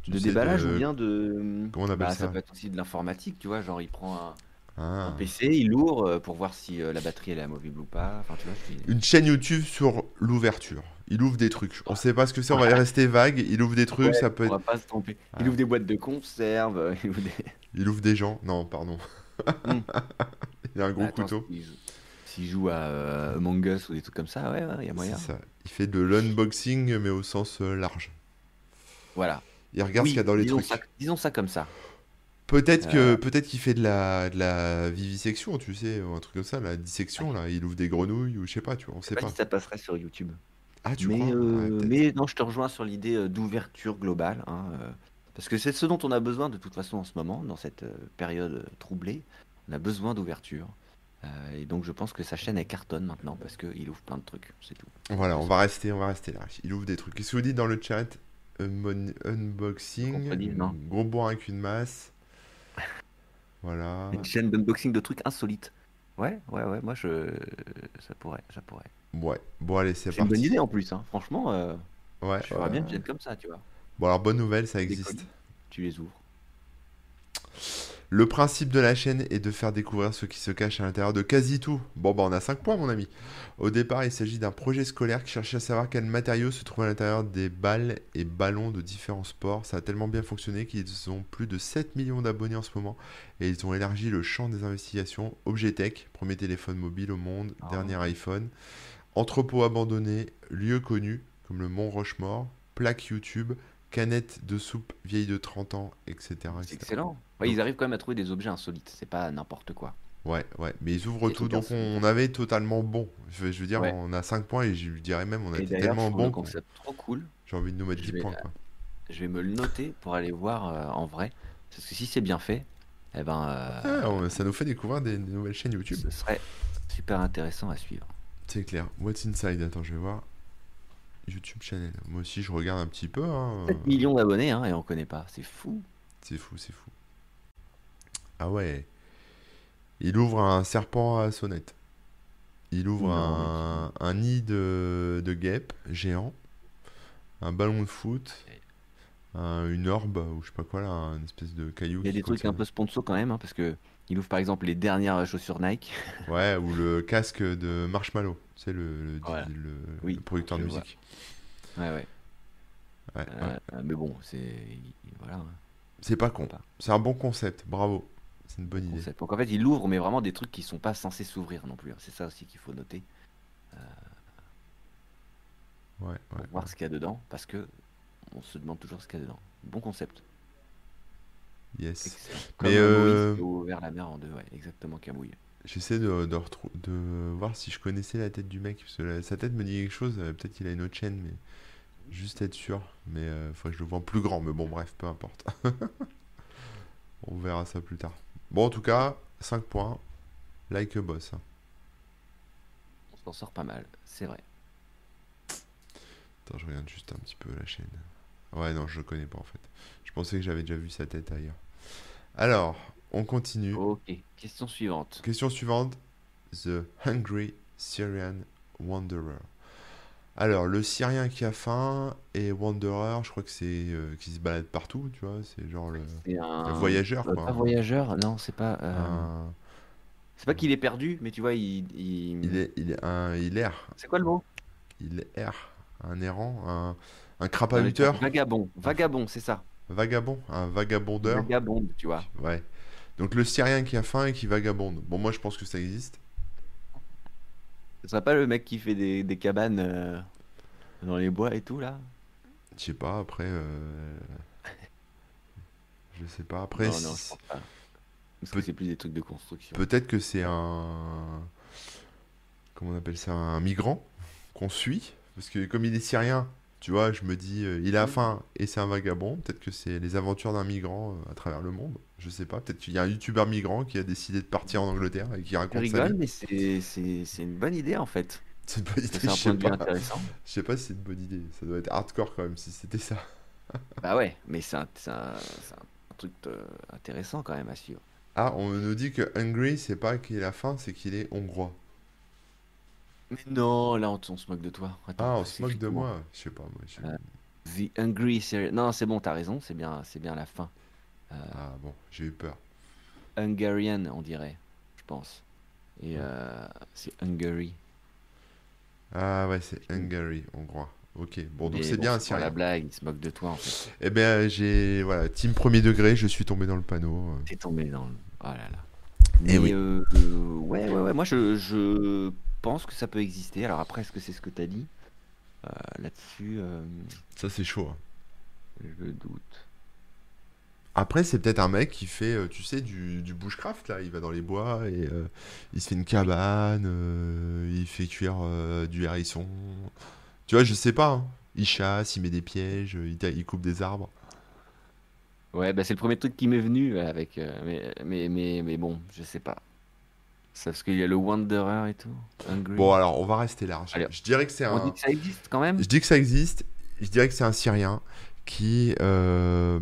Speaker 1: Tu
Speaker 2: De
Speaker 1: sais,
Speaker 2: déballage
Speaker 1: de-
Speaker 2: ou bien de.
Speaker 1: Comment on appelle
Speaker 2: Bah,
Speaker 1: ça
Speaker 2: ça peut être aussi de l'informatique, tu vois. Genre, il prend un, un
Speaker 1: Ah.
Speaker 2: PC, il l'ouvre euh, pour voir si euh, la batterie elle est amovible ou pas. Enfin, tu vois, je dis-
Speaker 1: Une chaîne YouTube sur l'ouverture. Il ouvre des trucs. On sait pas ce que c'est, on va y rester vague. Il ouvre des trucs,
Speaker 2: Ouais,
Speaker 1: ça peut
Speaker 2: on va
Speaker 1: être...
Speaker 2: pas se tromper.
Speaker 1: Ouais.
Speaker 2: Il ouvre des boîtes de conserve, euh, il ouvre des.
Speaker 1: Il ouvre des gens. Non, pardon.
Speaker 2: Hmm.
Speaker 1: Il a un gros
Speaker 2: Attends,
Speaker 1: couteau.
Speaker 2: S'il joue, s'il joue à euh, Among Us ou des trucs comme ça, ouais, ouais, il y a moyen.
Speaker 1: C'est ça. Il fait de l'unboxing, mais au sens euh, large.
Speaker 2: Voilà.
Speaker 1: Il regarde
Speaker 2: Oui,
Speaker 1: ce qu'il y a dans les
Speaker 2: disons
Speaker 1: trucs.
Speaker 2: Ça, disons ça comme ça.
Speaker 1: Peut-être que
Speaker 2: Euh.
Speaker 1: peut-être qu'il fait de la, de la vivisection, tu sais, ou un truc comme ça, la dissection là, il ouvre des grenouilles ou je sais pas, tu vois, on
Speaker 2: Je
Speaker 1: sait
Speaker 2: sais pas
Speaker 1: pas.
Speaker 2: si ça passerait sur YouTube.
Speaker 1: Ah, tu
Speaker 2: Bah, mais,
Speaker 1: crois Ouais,
Speaker 2: euh,
Speaker 1: peut-être.
Speaker 2: mais non, je te rejoins sur l'idée euh, d'ouverture globale. hein, euh, parce que c'est ce dont on a besoin de toute façon en ce moment, dans cette euh, période euh, troublée. On a besoin d'ouverture. Euh, et donc je pense que sa chaîne elle cartonne maintenant parce qu'il ouvre plein de trucs, c'est tout.
Speaker 1: Voilà, on va rester, on va rester là. Il ouvre des trucs. Qu'est-ce que vous dites dans le chat Unbon-
Speaker 2: Faut qu'on
Speaker 1: Unboxing,
Speaker 2: te dise, non
Speaker 1: gros bois avec une masse. Voilà.
Speaker 2: Une chaîne d'unboxing de trucs insolites. Ouais, ouais, ouais, moi je. Ça pourrait, ça pourrait.
Speaker 1: Ouais. Bon allez, c'est
Speaker 2: C'est une
Speaker 1: parti.
Speaker 2: bonne idée en plus, hein. franchement. euh,
Speaker 1: Ouais.
Speaker 2: Je ferais
Speaker 1: ouais.
Speaker 2: bien une chaîne comme ça, tu vois.
Speaker 1: Bon alors bonne nouvelle, ça existe.
Speaker 2: colis. Tu les ouvres.
Speaker 1: Le principe de la chaîne est de faire découvrir ce qui se cache à l'intérieur de quasi tout. Bon, bah on a 5 points, mon ami. Au départ, il s'agit d'un projet scolaire qui cherchait à savoir quels matériaux se trouvaient à l'intérieur des balles et ballons de différents sports. Ça a tellement bien fonctionné qu'ils ont plus de 7 millions d'abonnés en ce moment et ils ont élargi le champ des investigations. Objet tech, premier téléphone mobile au monde,
Speaker 2: Ah.
Speaker 1: dernier iPhone, entrepôt abandonné, lieux connus comme le Mont Rochemort, plaque YouTube, canette de soupe vieille de 30 ans, etc.
Speaker 2: C'est
Speaker 1: etc.
Speaker 2: excellent. Ouais, ils arrivent quand même à trouver des objets insolites. C'est pas n'importe quoi.
Speaker 1: Ouais, ouais, mais ils ouvrent
Speaker 2: Et
Speaker 1: tout,
Speaker 2: tout bien
Speaker 1: donc on, on avait totalement bon. Je, veux- je veux dire,
Speaker 2: Ouais.
Speaker 1: on a 5 points et je dirais même, on a
Speaker 2: Et
Speaker 1: été
Speaker 2: d'ailleurs,
Speaker 1: tellement
Speaker 2: je trouve
Speaker 1: bon.
Speaker 2: le
Speaker 1: qu'on-
Speaker 2: concept trop cool.
Speaker 1: J'ai envie de nous mettre
Speaker 2: Je
Speaker 1: 10
Speaker 2: vais-
Speaker 1: points, quoi.
Speaker 2: Je vais me le noter pour aller voir euh, en vrai. Parce que si c'est bien fait, eh ben, euh,
Speaker 1: Ah, on- ça nous fait découvrir des, des nouvelles chaînes YouTube.
Speaker 2: ce serait super intéressant à suivre.
Speaker 1: C'est clair. What's Inside Attends, je vais voir. YouTube channel. Moi aussi, je regarde un petit peu. hein.
Speaker 2: 7 millions d'abonnés hein, et on connaît pas. C'est fou.
Speaker 1: C'est fou, c'est fou. Ah ouais. Il ouvre un serpent à sonnette. Il ouvre
Speaker 2: Non,
Speaker 1: un, un nid de, de guêpe géant, un ballon de foot, un- une orbe ou je sais pas quoi là, un espèce de caillou.
Speaker 2: Il y a
Speaker 1: qui
Speaker 2: des trucs
Speaker 1: contient-
Speaker 2: un peu sponsors quand même, hein, parce que il ouvre par exemple les dernières chaussures Nike.
Speaker 1: Ouais, ou le casque de Marshmallow, tu sais, le, le,
Speaker 2: Voilà.
Speaker 1: le-
Speaker 2: Oui,
Speaker 1: le producteur de
Speaker 2: je vois.
Speaker 1: musique.
Speaker 2: Ouais, ouais.
Speaker 1: Ouais,
Speaker 2: Euh,
Speaker 1: ouais.
Speaker 2: Mais bon, c'est. Voilà. hein,
Speaker 1: C'est pas con.
Speaker 2: pas
Speaker 1: C'est un bon concept, bravo. C'est une bonne idée.
Speaker 2: concept. Donc en fait, il ouvre, mais vraiment des trucs qui sont pas censés s'ouvrir non plus. hein. C'est ça aussi qu'il faut noter
Speaker 1: Ouais,
Speaker 2: pour
Speaker 1: ouais.
Speaker 2: voir ce qu'il y a dedans, parce que on se demande toujours ce qu'il y a dedans. Bon concept.
Speaker 1: Yes.
Speaker 2: Excellent.
Speaker 1: Mais,
Speaker 2: Comme euh...
Speaker 1: euh,
Speaker 2: Moïse qui a ouvert la mer en deux, ouais, exactement Camouille.
Speaker 1: J'essaie de, de, retrou- de voir si je connaissais la tête du mec, parce que la- sa tête me dit quelque chose, euh, peut-être qu'il a une autre chaîne, mais juste être sûr. Mais euh, faudrait que je le vois en plus grand, mais bon, bref, peu importe. On verra ça plus tard. Bon, en tout cas, 5 points, like a boss. hein.
Speaker 2: On s'en sort pas mal, c'est vrai.
Speaker 1: Attends, je regarde juste un petit peu la chaîne. Ouais, non, je le connais pas en fait. Je pensais que j'avais déjà vu sa tête ailleurs. Alors, on continue.
Speaker 2: Ok, question suivante.
Speaker 1: Question suivante. The Hungry Syrian Wanderer. Alors, le Syrien qui a faim et Wanderer, je crois que c'est euh, qui se balade partout, tu vois. C'est genre le,
Speaker 2: C'est un...
Speaker 1: le voyageur,
Speaker 2: Euh,
Speaker 1: quoi.
Speaker 2: Pas voyageur, non, c'est pas. euh,
Speaker 1: Un-
Speaker 2: C'est pas qu'il est perdu, mais tu vois, il. il-
Speaker 1: il, est, il, est, un, il erre.
Speaker 2: C'est quoi le mot
Speaker 1: Il erre. Un errant. Un, un
Speaker 2: Non, mais
Speaker 1: crapahuteur.
Speaker 2: Vagabond, vagabond, c'est ça.
Speaker 1: Vagabond. Un vagabondeur.
Speaker 2: Vagabond, tu vois.
Speaker 1: Ouais. Donc, le Syrien qui a faim et qui vagabonde. Bon, moi, je pense que ça existe.
Speaker 2: Ce serait pas le mec qui fait des, des cabanes euh, dans les bois et tout, là
Speaker 1: Je sais pas, après. euh, Je sais pas. Après,
Speaker 2: Non,
Speaker 1: si-
Speaker 2: non, je pense pas. Parce que
Speaker 1: Peut-
Speaker 2: c'est plus des trucs de construction.
Speaker 1: Peut-être que c'est un. Comment on appelle ça Un migrant qu'on suit. Parce que comme il est syrien, tu vois, je me dis, euh, il a
Speaker 2: Oui.
Speaker 1: faim et c'est un vagabond. Peut-être que c'est les aventures d'un migrant euh, à travers le monde. Je sais pas. Peut-être qu'il y a un youtubeur migrant qui a décidé de partir en Angleterre et qui
Speaker 2: Tu
Speaker 1: raconte sa
Speaker 2: rigoles,
Speaker 1: vie.
Speaker 2: mais c'est c'est- c'est une bonne idée, en fait.
Speaker 1: C'est une bonne idée,
Speaker 2: C'est
Speaker 1: je
Speaker 2: un
Speaker 1: sais
Speaker 2: point de vue
Speaker 1: pas.
Speaker 2: intéressant.
Speaker 1: Je sais pas si c'est une bonne idée. Ça doit être hardcore quand même si c'était ça.
Speaker 2: Bah ouais, mais c'est un, c'est un- c'est un truc euh, intéressant quand même à suivre.
Speaker 1: Ah, on nous dit que Hungry, c'est pas qu'il a faim, c'est qu'il est hongrois.
Speaker 2: Mais non, là on, on se moque de toi.
Speaker 1: Ah,
Speaker 2: Attends,
Speaker 1: on se
Speaker 2: bah, c'est
Speaker 1: moque
Speaker 2: écrit
Speaker 1: de
Speaker 2: comment
Speaker 1: moi. Je sais pas. Moi, je-
Speaker 2: Euh, The Hungry Syrian. Non, c'est bon, t'as raison, c'est bien, c'est bien la fin. Euh,
Speaker 1: Ah bon, j'ai eu peur.
Speaker 2: Hungarian, on dirait, je pense. Et euh, c'est Hungary.
Speaker 1: Ah ouais, c'est Hungary, hongrois. Ok, bon, donc
Speaker 2: Mais
Speaker 1: c'est bien un
Speaker 2: c'est pour
Speaker 1: Syrien.
Speaker 2: la blague, il se moque de toi en fait.
Speaker 1: Eh bien, j'ai. Voilà, team premier degré, je suis tombé dans le panneau. euh.
Speaker 2: T'es tombé dans le. Oh là là.
Speaker 1: Eh
Speaker 2: Mais,
Speaker 1: oui.
Speaker 2: euh, euh, ouais, ouais, ouais. Moi, je, je pense que ça peut exister. Alors après, est-ce que c'est ce que t'as dit Euh, Là-dessus, euh,
Speaker 1: Ça, c'est chaud. hein.
Speaker 2: je doute.
Speaker 1: Après, c'est peut-être un mec qui fait, euh, tu sais, du, du bushcraft, là. Il va dans les bois et euh, il se fait une cabane, euh, il fait cuire euh, du hérisson. Tu vois, je sais pas. hein. Il chasse, il met des pièges, euh, il, ta- il coupe des arbres.
Speaker 2: Ouais, bah c'est le premier truc qui m'est venu euh, avec. euh, mais, mais, mais, mais bon, je sais pas. C'est parce qu'il y a le Wanderer et tout. Hungry.
Speaker 1: Bon, hein. alors, on va rester large.
Speaker 2: Allez.
Speaker 1: Je dirais que c'est
Speaker 2: On
Speaker 1: un.
Speaker 2: dit que ça existe quand même
Speaker 1: Je dis que ça existe. Je dirais que c'est un Syrien qui euh,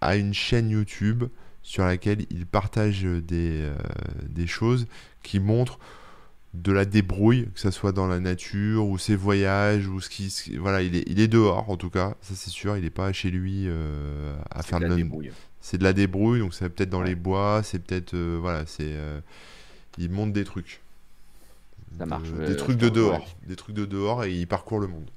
Speaker 1: a une chaîne YouTube sur laquelle il partage des, euh, des choses qui montrent de la débrouille, que ce soit dans la nature ou ses voyages ou ce qui... ce qui- voilà, il est, il est dehors en tout cas, ça c'est sûr, il n'est pas chez lui euh, à faire
Speaker 2: de
Speaker 1: de
Speaker 2: la
Speaker 1: la-
Speaker 2: débrouille.
Speaker 1: C'est de la débrouille, donc c'est peut-être dans
Speaker 2: Ouais.
Speaker 1: les bois, c'est peut-être... euh, voilà, c'est... euh, il monte des trucs.
Speaker 2: Ça
Speaker 1: De-
Speaker 2: marche,
Speaker 1: Des,
Speaker 2: euh,
Speaker 1: trucs
Speaker 2: je
Speaker 1: de
Speaker 2: te rejoins
Speaker 1: dehors.
Speaker 2: là-dessus.
Speaker 1: Des trucs de dehors et il parcourt le monde.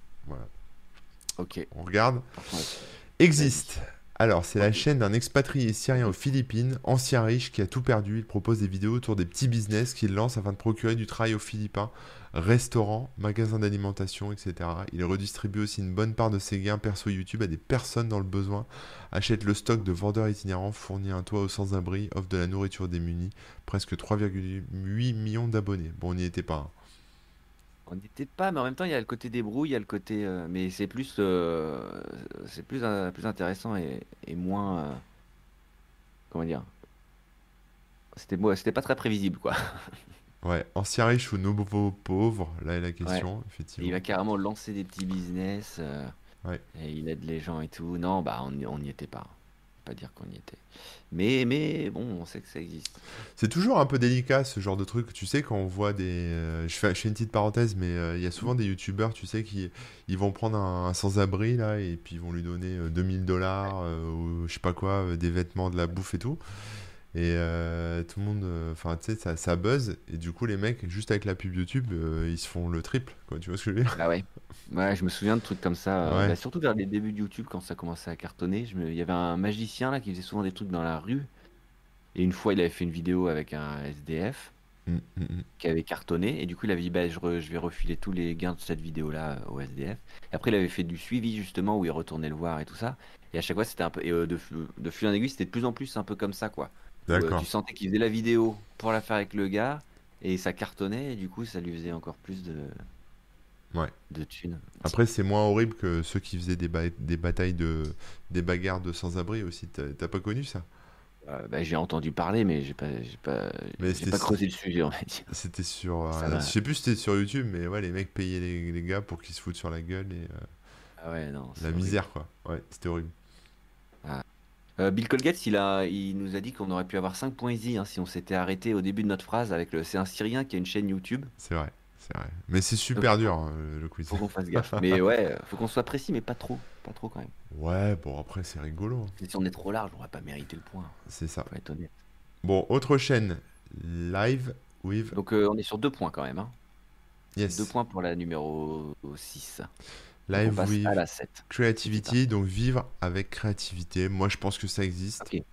Speaker 2: Ok.
Speaker 1: On regarde.
Speaker 2: partons là-dessus.
Speaker 1: Existe. Alors, c'est la
Speaker 2: Ok.
Speaker 1: chaîne d'un expatrié syrien aux Philippines, ancien riche qui a tout perdu. Il propose des vidéos autour des petits business qu'il lance afin de procurer du travail aux Philippins. Restaurants, magasins d'alimentation, etc. Il redistribue aussi une bonne part de ses gains perso YouTube à des personnes dans le besoin. Achète le stock de vendeurs itinérants, fournit un toit aux sans-abri, offre de la nourriture démunie. Presque 3,8 millions d'abonnés. Bon, on n'y était pas. hein.
Speaker 2: On n'y était pas, mais en même temps, il y a le côté débrouille, il y a le côté. euh, mais c'est plus. euh, c'est plus, euh, plus intéressant et, et moins. euh, comment dire C'était moi- c'était pas très prévisible, quoi.
Speaker 1: hein. Ouais, ancien riche ou nouveau pauvre, là est la question,
Speaker 2: Il
Speaker 1: effectivement.
Speaker 2: va carrément lancer des petits business. euh,
Speaker 1: Ouais.
Speaker 2: Et il aide les gens et tout. Non, bah, on n'y on n'y était pas. pas dire qu'on y était. Mais, mais bon, on sait que ça existe.
Speaker 1: C'est toujours un peu délicat ce genre de truc. Tu sais, quand on voit des. euh, je, fais, je fais une petite parenthèse, mais euh, il y a souvent des youtubeurs, tu sais, qui ils vont prendre un, un sans-abri, là, et puis ils vont lui donner euh, 2000 dollars, ou je sais pas quoi, euh, des vêtements, de la bouffe et tout. Et euh, tout le monde. Enfin, tu sais, ça, ça buzz. Et du coup, les mecs, juste avec la pub YouTube, euh, ils se font le triple, quoi. Tu vois ce que je veux dire
Speaker 2: Ah ouais. Ouais, je me souviens de trucs comme ça. euh,
Speaker 1: Ouais.
Speaker 2: bah, surtout vers les débuts de YouTube, quand ça commençait à cartonner. Je me- Il y avait un magicien là qui faisait souvent des trucs dans la rue. Et une fois, il avait fait une vidéo avec un SDF
Speaker 1: Mm, mm, mm.
Speaker 2: qui avait cartonné. Et du coup, il avait dit bah, je, re- je vais refiler tous les gains de cette vidéo-là euh, au SDF. Et après, il avait fait du suivi justement où il retournait le voir et tout ça. Et à chaque fois, c'était un peu. Et euh, de, fu- de fil en aiguille, c'était de plus en plus un peu comme ça, quoi. Où, euh,
Speaker 1: D'accord.
Speaker 2: tu sentais qu'il faisait la vidéo pour la faire avec le gars. Et ça cartonnait. Et du coup, ça lui faisait encore plus de.
Speaker 1: Ouais.
Speaker 2: De thunes.
Speaker 1: Après, c'est moins horrible que ceux qui faisaient des, ba- des batailles de. des bagarres de sans-abri aussi. T'as t'as pas connu ça
Speaker 2: Euh, bah, j'ai entendu parler, mais j'ai pas, j'ai pas,
Speaker 1: Mais
Speaker 2: j'ai
Speaker 1: c'était-
Speaker 2: pas creusé le sujet, on va dire.
Speaker 1: C'était sur.
Speaker 2: Ça
Speaker 1: euh,
Speaker 2: va.
Speaker 1: je sais plus si c'était sur YouTube, mais ouais, les mecs payaient les, les gars pour qu'ils se foutent sur la gueule et euh,
Speaker 2: Ah ouais, non. c'est
Speaker 1: la
Speaker 2: horrible.
Speaker 1: misère, quoi. Ouais, c'était horrible.
Speaker 2: Euh, Bill Colgate, il, a, il nous a dit qu'on aurait pu avoir 5 points easy hein, si on s'était arrêté au début de notre phrase avec le. C'est un Syrien qui a une chaîne YouTube.
Speaker 1: C'est vrai, c'est vrai. Mais c'est super dur, hein, le- le quiz.
Speaker 2: Faut qu'on fasse gaffe. mais ouais, euh, faut qu'on soit précis, mais pas trop. Pas trop quand même.
Speaker 1: Ouais, bon, après, c'est rigolo. hein.
Speaker 2: Parce que si on est trop large, on va pas mériter le point.
Speaker 1: C'est ça.
Speaker 2: Faut être honnête.
Speaker 1: Bon, autre chaîne. Live with.
Speaker 2: Donc euh, on est sur 2 points quand même. Hein.
Speaker 1: Yes.
Speaker 2: 2 points pour la numéro 6. on
Speaker 1: Live
Speaker 2: passe
Speaker 1: with
Speaker 2: à la hein. 7.
Speaker 1: Creativity, donc vivre avec créativité. Moi, je pense que ça existe.
Speaker 2: Ok.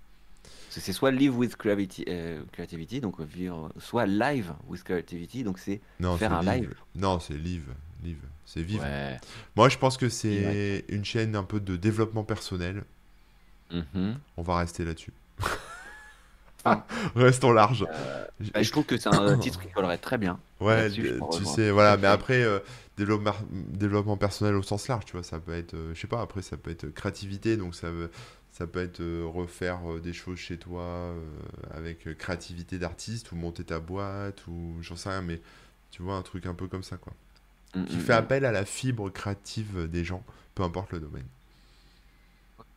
Speaker 2: Parce que c'est soit live with creativity, euh, creativity donc vivre, soit live with creativity, donc c'est
Speaker 1: Non,
Speaker 2: faire
Speaker 1: c'est
Speaker 2: un
Speaker 1: live.
Speaker 2: live.
Speaker 1: Non, c'est live. Live. C'est vivre.
Speaker 2: Ouais.
Speaker 1: Moi, je pense que c'est une chaîne un peu de développement personnel.
Speaker 2: Mhm.
Speaker 1: On va rester là-dessus.
Speaker 2: Ah.
Speaker 1: Restons large.
Speaker 2: Bah, je trouve que c'est un titre qui collerait très bien.
Speaker 1: ouais,
Speaker 2: bah, là-dessus, je
Speaker 1: d-
Speaker 2: prends
Speaker 1: tu
Speaker 2: vraiment.
Speaker 1: sais, voilà.
Speaker 2: Ok.
Speaker 1: Mais après, euh, développement, développement personnel au sens large, tu vois, ça peut être, euh, je sais pas, après, ça peut être créativité, donc ça, veut- ça peut être euh, refaire euh, des choses chez toi euh, avec euh, créativité d'artiste ou monter ta boîte ou j'en sais rien, mais tu vois, un truc un peu comme ça, quoi.
Speaker 2: Mm,
Speaker 1: Qui
Speaker 2: mm,
Speaker 1: fait
Speaker 2: mm.
Speaker 1: appel à la fibre créative des gens, peu importe le domaine.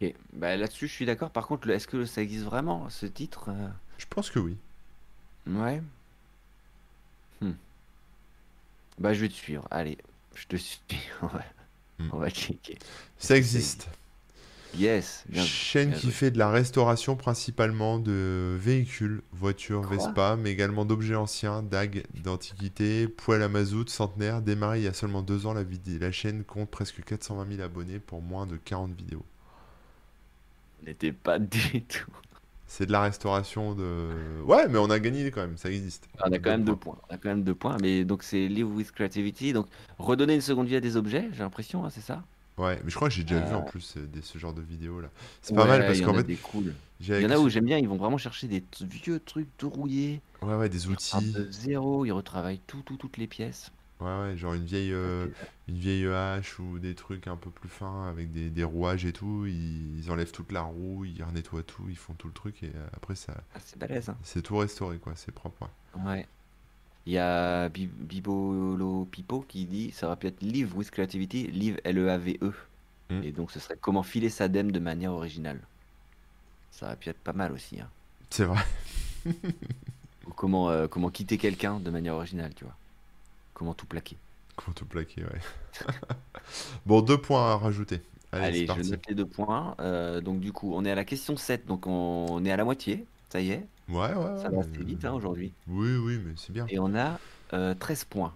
Speaker 2: Ok. Bah, Là-dessus, je suis d'accord. Par contre, le- est-ce que ça existe vraiment, ce titre euh,
Speaker 1: Je pense que oui.
Speaker 2: Ouais. Hmm. Bah, je vais te suivre. Allez, je te suis. on, va...
Speaker 1: Mm.
Speaker 2: on va cliquer.
Speaker 1: Ça existe.
Speaker 2: Yes. bien-
Speaker 1: Chaîne
Speaker 2: bien
Speaker 1: qui
Speaker 2: joué.
Speaker 1: fait de la restauration principalement de véhicules, voitures,
Speaker 2: Quoi
Speaker 1: Vespa, mais également d'objets anciens, dagues d'antiquité, poêle à mazout, centenaire. Démarrée il y a seulement deux ans, la, vidéo, la chaîne compte presque 420 000 abonnés pour moins de 40 vidéos.
Speaker 2: On n'était pas du tout.
Speaker 1: C'est de la restauration de... Ouais, mais on a gagné quand même, ça existe.
Speaker 2: Ah, On a quand même deux
Speaker 1: points.
Speaker 2: points. On a quand même deux points. Mais donc, c'est Live with Creativity. Donc, redonner une seconde vie à des objets, j'ai l'impression, hein, c'est ça
Speaker 1: Ouais, mais je crois que j'ai déjà vu en plus euh, des- ce genre de vidéos là. C'est pas
Speaker 2: Ouais,
Speaker 1: mal parce
Speaker 2: il y
Speaker 1: qu'en
Speaker 2: en a
Speaker 1: fait,
Speaker 2: des cool.
Speaker 1: j'ai
Speaker 2: Il y en a où j'aime bien, ils vont vraiment chercher des t- vieux trucs tout rouillés.
Speaker 1: ouais, ouais, des
Speaker 2: Ils repartent
Speaker 1: outils.
Speaker 2: de zéro, ils retravaillent tout, tout, toutes les pièces.
Speaker 1: Ouais, ouais, genre une vieille, euh,
Speaker 2: Ok.
Speaker 1: une vieille hache ou des trucs un peu plus fins avec des, des rouages et tout. Ils, ils enlèvent toute la roue, ils renettoient tout, ils font tout le truc et euh, après ça,
Speaker 2: Ah, c'est balèze. Hein.
Speaker 1: c'est tout restauré quoi, c'est propre. ouais.
Speaker 2: Ouais. Il y a Bi- Bibolo Pipo qui dit ça aurait pu être Live with Creativity, Live E L-E-A-V-E.
Speaker 1: Hmm.
Speaker 2: Et donc ce serait comment filer sa dème de manière originale. Ça aurait pu être pas mal aussi. hein.
Speaker 1: C'est vrai.
Speaker 2: Ou comment, euh, comment quitter quelqu'un de manière originale, tu vois. Comment tout plaquer.
Speaker 1: Comment tout plaquer, ouais. bon, deux points à rajouter. Allez,
Speaker 2: Allez,
Speaker 1: c'est
Speaker 2: je
Speaker 1: parti.
Speaker 2: note les deux points. Euh, donc du coup, on est à la question 7, donc on, on est à la moitié. Ça y est,
Speaker 1: Ouais, ouais,
Speaker 2: ça
Speaker 1: ouais,
Speaker 2: va assez
Speaker 1: mais-
Speaker 2: vite hein, aujourd'hui.
Speaker 1: Oui, oui, mais c'est bien.
Speaker 2: Et on a euh, 13 points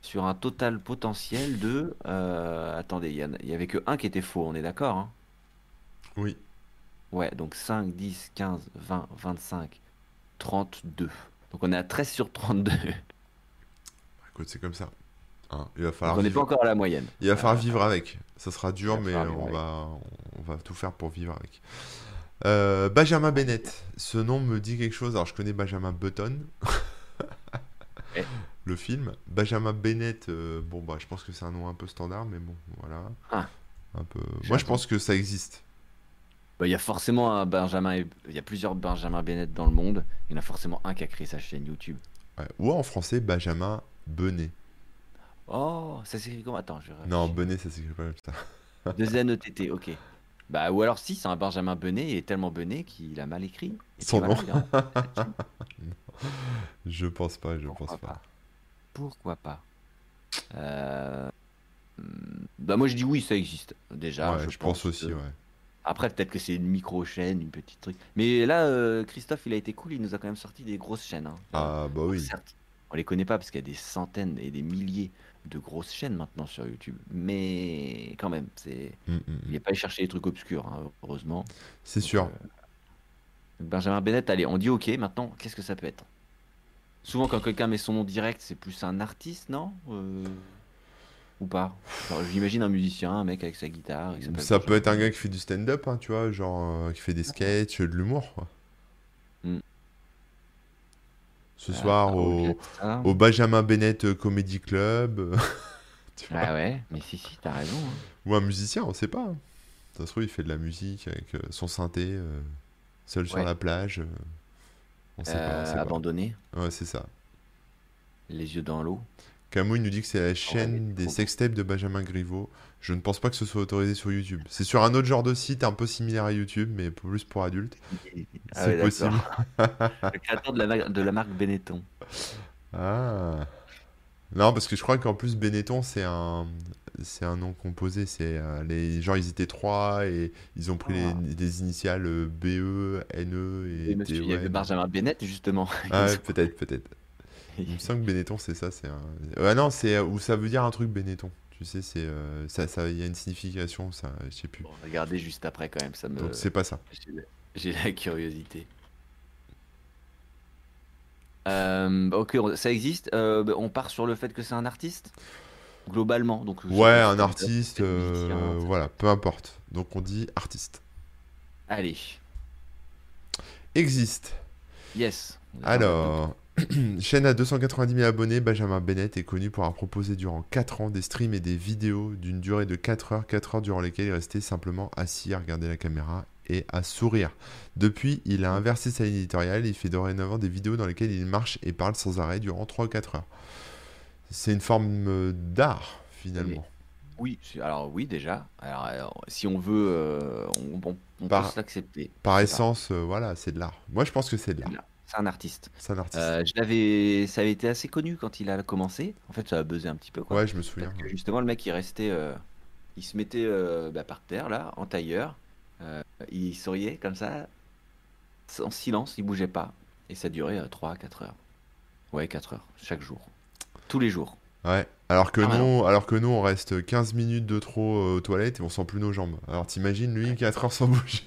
Speaker 2: sur un total potentiel de. euh, attendez, il y en a- il y avait que un qui était faux, on est d'accord hein
Speaker 1: Oui,
Speaker 2: Ouais, donc 5, 10, 15, 20, 25, 32. Donc on est à 13 sur 32.
Speaker 1: écoute, c'est comme ça. Hein, il va falloir,
Speaker 2: donc on n'est pas
Speaker 1: vivre...
Speaker 2: encore à la moyenne.
Speaker 1: il va falloir
Speaker 2: Euh,
Speaker 1: vivre avec. Ça sera dur,
Speaker 2: va
Speaker 1: mais
Speaker 2: falloir vivre
Speaker 1: on
Speaker 2: avec.
Speaker 1: va, on va tout faire pour vivre avec. Euh, Benjamin Bennett, ce nom me dit quelque chose. Alors je connais Benjamin Button,
Speaker 2: Eh.
Speaker 1: le film. Benjamin Bennett, euh, bon bah je pense que c'est un nom un peu standard, mais bon voilà.
Speaker 2: Ah.
Speaker 1: Un peu.
Speaker 2: J'ai
Speaker 1: Moi je
Speaker 2: un
Speaker 1: pense que ça existe.
Speaker 2: Bah, Il y a forcément un Benjamin. et- Il y a plusieurs Benjamin Bennett dans le monde. Il y en a forcément un qui a créé sa chaîne YouTube.
Speaker 1: Ouais. Ou en français Benjamin Benet.
Speaker 2: Oh, ça s'écrit comment Attends, je.
Speaker 1: Non Benet ça s'écrit pas comme ça.
Speaker 2: Deux N-E-T-T, E ok. Bah, ou alors si, c'est un Benjamin Benet, il est tellement Benet qu'il a mal hein. écrit. Et
Speaker 1: Son
Speaker 2: puis
Speaker 1: nom.
Speaker 2: il a-
Speaker 1: Je pense pas, je
Speaker 2: Pourquoi
Speaker 1: pense pas.
Speaker 2: pas Pourquoi pas Euh, hmm, Bah moi je dis oui, ça existe déjà.
Speaker 1: ouais, je, pense, aussi,
Speaker 2: que-
Speaker 1: ouais.
Speaker 2: Après peut-être que c'est une micro chaîne, une petite truc. Mais là, euh, Christophe, il a été cool, il nous a quand même sorti des grosses chaînes. hein.
Speaker 1: Ah bah oui.
Speaker 2: Certes, on les connaît pas parce qu'il y a des centaines et des milliers de grosses chaînes maintenant sur YouTube. Mais quand même, c'est.
Speaker 1: Mm, mm, mm.
Speaker 2: Il n'est pas allé chercher des trucs obscurs, hein, heureusement.
Speaker 1: C'est sûr.
Speaker 2: Euh, Benjamin Bennett, allez, on dit ok, maintenant, qu'est-ce que ça peut être Souvent, quand quelqu'un met son nom direct, c'est plus un artiste, non Euh, Ou pas Genre, J'imagine un musicien, un mec avec sa guitare. il s'appelle
Speaker 1: Ça peut
Speaker 2: Benjamin.
Speaker 1: être un gars qui fait du stand-up, hein, tu vois, genre euh, qui fait des sketchs, de l'humour. quoi.
Speaker 2: Mm.
Speaker 1: Ce
Speaker 2: Ah,
Speaker 1: soir au,
Speaker 2: ok, ça.
Speaker 1: au Benjamin Bennett euh, Comedy Club, euh, tu vois.
Speaker 2: Ah ouais, mais si, si, t'as raison. hein.
Speaker 1: ou un musicien, on sait pas. hein. Ça se trouve, il fait de la musique avec euh, son synthé, euh, seul sur
Speaker 2: Ouais.
Speaker 1: la plage. euh, on sait pas, on
Speaker 2: Euh,
Speaker 1: sait pas.
Speaker 2: abandonné,
Speaker 1: Ouais, c'est ça.
Speaker 2: les yeux dans l'eau.
Speaker 1: Camus il nous dit que c'est la
Speaker 2: Ouais,
Speaker 1: chaîne
Speaker 2: mais
Speaker 1: des
Speaker 2: trop.
Speaker 1: sextapes de Benjamin Griveaux. Je ne pense pas que ce soit autorisé sur YouTube. C'est sur un autre genre de site un peu similaire à YouTube, mais plus pour adultes.
Speaker 2: Ah
Speaker 1: C'est
Speaker 2: ouais,
Speaker 1: possible.
Speaker 2: d'accord. Le créateur de la, ma- de la marque Benetton.
Speaker 1: Ah. Non, parce que je crois qu'en plus Benetton, c'est un, c'est un nom composé. C'est euh, les genre ils étaient trois et ils ont pris
Speaker 2: Ah.
Speaker 1: les, les initiales euh, BE, NE E et
Speaker 2: Et monsieur, il y avait
Speaker 1: TON.
Speaker 2: Benjamin Bennett, justement.
Speaker 1: Ah ouais, peut-être, peut-être. Il me semble que Benetton, c'est ça. C'est un... Ah non, c'est euh, ou ça veut dire un truc Benetton. Tu sais, c'est euh, ça, ça, il y a une signification. Ça, je sais plus.
Speaker 2: Bon, regardez juste après, quand même, ça me.
Speaker 1: Donc c'est pas ça.
Speaker 2: J'ai la- J'ai la curiosité. Euh, ok, on- ça existe. euh, bah, on part sur le fait que c'est un artiste Globalement. Donc,
Speaker 1: Ouais,
Speaker 2: ça peut
Speaker 1: un
Speaker 2: être
Speaker 1: artiste,
Speaker 2: ça peut être musicien,
Speaker 1: euh,
Speaker 2: ça peut
Speaker 1: voilà,
Speaker 2: être-
Speaker 1: peu importe. Donc on dit artiste.
Speaker 2: Allez,
Speaker 1: Existe.
Speaker 2: yes. On a
Speaker 1: Alors, chaîne à 290 000 abonnés, Benjamin Bennett est connu pour avoir proposé durant 4 ans des streams et des vidéos d'une durée de 4 heures, 4 heures durant lesquelles il restait simplement assis à regarder la caméra et à sourire. Depuis, il a inversé sa ligne éditoriale et il fait dorénavant des vidéos dans lesquelles il marche et parle sans arrêt durant 3 ou 4 heures. C'est une forme euh, d'art, finalement.
Speaker 2: Oui, c'est- alors oui, déjà. Alors, alors, si on veut, euh, on, on- on
Speaker 1: Par-
Speaker 2: peut se l'accepter.
Speaker 1: Par
Speaker 2: C'est ça.
Speaker 1: essence, euh, voilà, c'est de l'art. Moi, je pense que c'est de l'art.
Speaker 2: C'est un artiste.
Speaker 1: C'est un artiste.
Speaker 2: Euh, je l'avais, ça avait été assez connu quand il a commencé. En fait, ça a buzzé un petit peu. Quoi.
Speaker 1: ouais, je me souviens.
Speaker 2: Parce que justement, le mec, il restait. euh, il se mettait euh, bah, par terre, là, en tailleur. Euh, il souriait comme ça, en silence, il bougeait pas. Et ça durait 3 à 4 heures. Ouais, 4 heures, chaque jour. Tous les jours.
Speaker 1: Ouais, alors que,
Speaker 2: Ah,
Speaker 1: nous,
Speaker 2: ouais,
Speaker 1: alors que nous, on reste 15 minutes de trop euh, aux toilettes et on sent plus nos jambes. Alors t'imagines lui 4 heures sans bouger.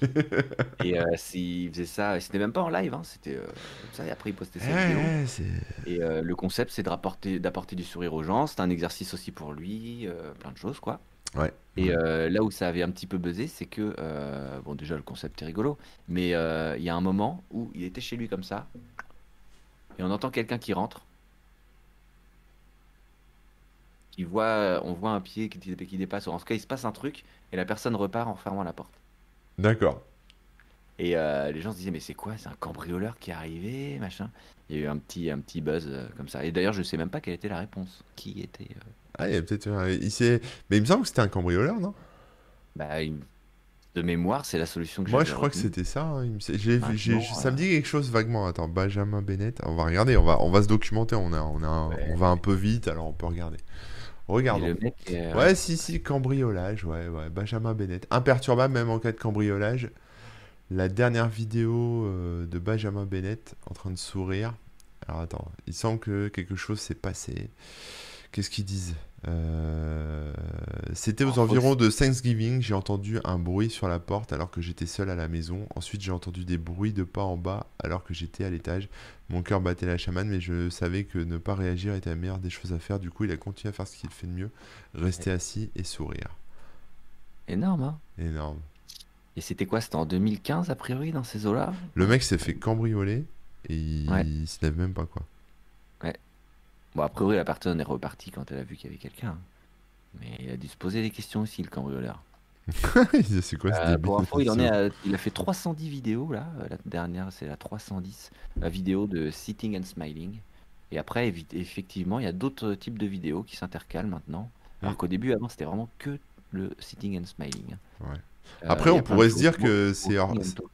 Speaker 2: Et euh, s'il faisait ça, c'était même pas en live, hein, c'était euh, comme ça, et après il postait ses vidéos.
Speaker 1: Ouais, c'est-
Speaker 2: Et euh, le concept, c'est de rapporter- d'apporter du sourire aux gens. C'est un exercice aussi pour lui, euh, plein de choses, quoi.
Speaker 1: Ouais.
Speaker 2: Et euh, là où ça avait un petit peu buzzé, c'est que, euh, bon, déjà, le concept est rigolo, mais euh, il y a un moment où il était chez lui comme ça, et on entend quelqu'un qui rentre. Il voit, on voit un pied qui, dé- qui dépasse, ou en tout cas, il se passe un truc, et la personne repart en fermant la porte.
Speaker 1: D'accord.
Speaker 2: Et euh, les gens se disaient, mais c'est quoi C'est un cambrioleur qui est arrivé, machin. Il y a eu un petit, un petit buzz euh, comme ça. Et d'ailleurs, je sais même pas quelle était la réponse. Qui était. euh,
Speaker 1: Ah, il y a peut-être un- il s'est- Mais il me semble que c'était un cambrioleur, non
Speaker 2: Bah, il- de mémoire, c'est la solution que
Speaker 1: Moi,
Speaker 2: j'avais
Speaker 1: je crois que
Speaker 2: retenue.
Speaker 1: c'était ça. hein, il me semble. J'ai-
Speaker 2: Ah,
Speaker 1: j'ai-
Speaker 2: non,
Speaker 1: Ça me
Speaker 2: euh.
Speaker 1: dit quelque chose vaguement. Attends, Benjamin Bennett. On va regarder, on va, on va se documenter. On, a, on, a un-
Speaker 2: Ouais.
Speaker 1: on va un peu vite, alors on peut regarder. Regardons.
Speaker 2: Et le mec. euh,
Speaker 1: Ouais, si, si, cambriolage, ouais, ouais, Benjamin Bennett. Imperturbable même en cas de cambriolage. La dernière vidéo euh, de Benjamin Bennett en train de sourire. Alors attends, il semble que quelque chose s'est passé. Qu'est-ce qu'ils disent Euh, C'était aux
Speaker 2: En
Speaker 1: environs de Thanksgiving, j'ai entendu un bruit sur la porte alors que j'étais seul à la maison. Ensuite, j'ai entendu des bruits de pas en bas alors que j'étais à l'étage. Mon cœur battait la chamane, mais je savais que ne pas réagir était la meilleure des choses à faire. Du coup, il a continué à faire ce qu'il fait de mieux rester assis et sourire.
Speaker 2: Énorme, hein.
Speaker 1: Énorme.
Speaker 2: Et c'était quoi C'était en 2015, a priori, dans ces eaux-là
Speaker 1: Le mec s'est fait cambrioler et il,
Speaker 2: Ouais.
Speaker 1: il se lève même pas quoi.
Speaker 2: Bon, a priori, la personne est repartie quand elle a vu qu'il y avait quelqu'un. hein. Mais il a dû se poser des questions aussi, le cambrioleur.
Speaker 1: Il dit, c'est quoi ce
Speaker 2: Euh,
Speaker 1: débile
Speaker 2: pour
Speaker 1: de
Speaker 2: info, il, en
Speaker 1: perso
Speaker 2: est à- il a fait 310 vidéos là. Euh, La dernière, c'est la 310. La vidéo euh, de Sitting and Smiling. Et après, évi- effectivement, il y a d'autres types de vidéos qui s'intercalent maintenant. Alors
Speaker 1: Mm.
Speaker 2: qu'au début, avant, c'était vraiment que le Sitting and Smiling. hein. Euh,
Speaker 1: Ouais. Après,
Speaker 2: il y
Speaker 1: on
Speaker 2: a plein
Speaker 1: pourrait
Speaker 2: de
Speaker 1: se
Speaker 2: choses.
Speaker 1: dire que
Speaker 2: Moi,
Speaker 1: c'est hors-
Speaker 2: en Ah, même temps,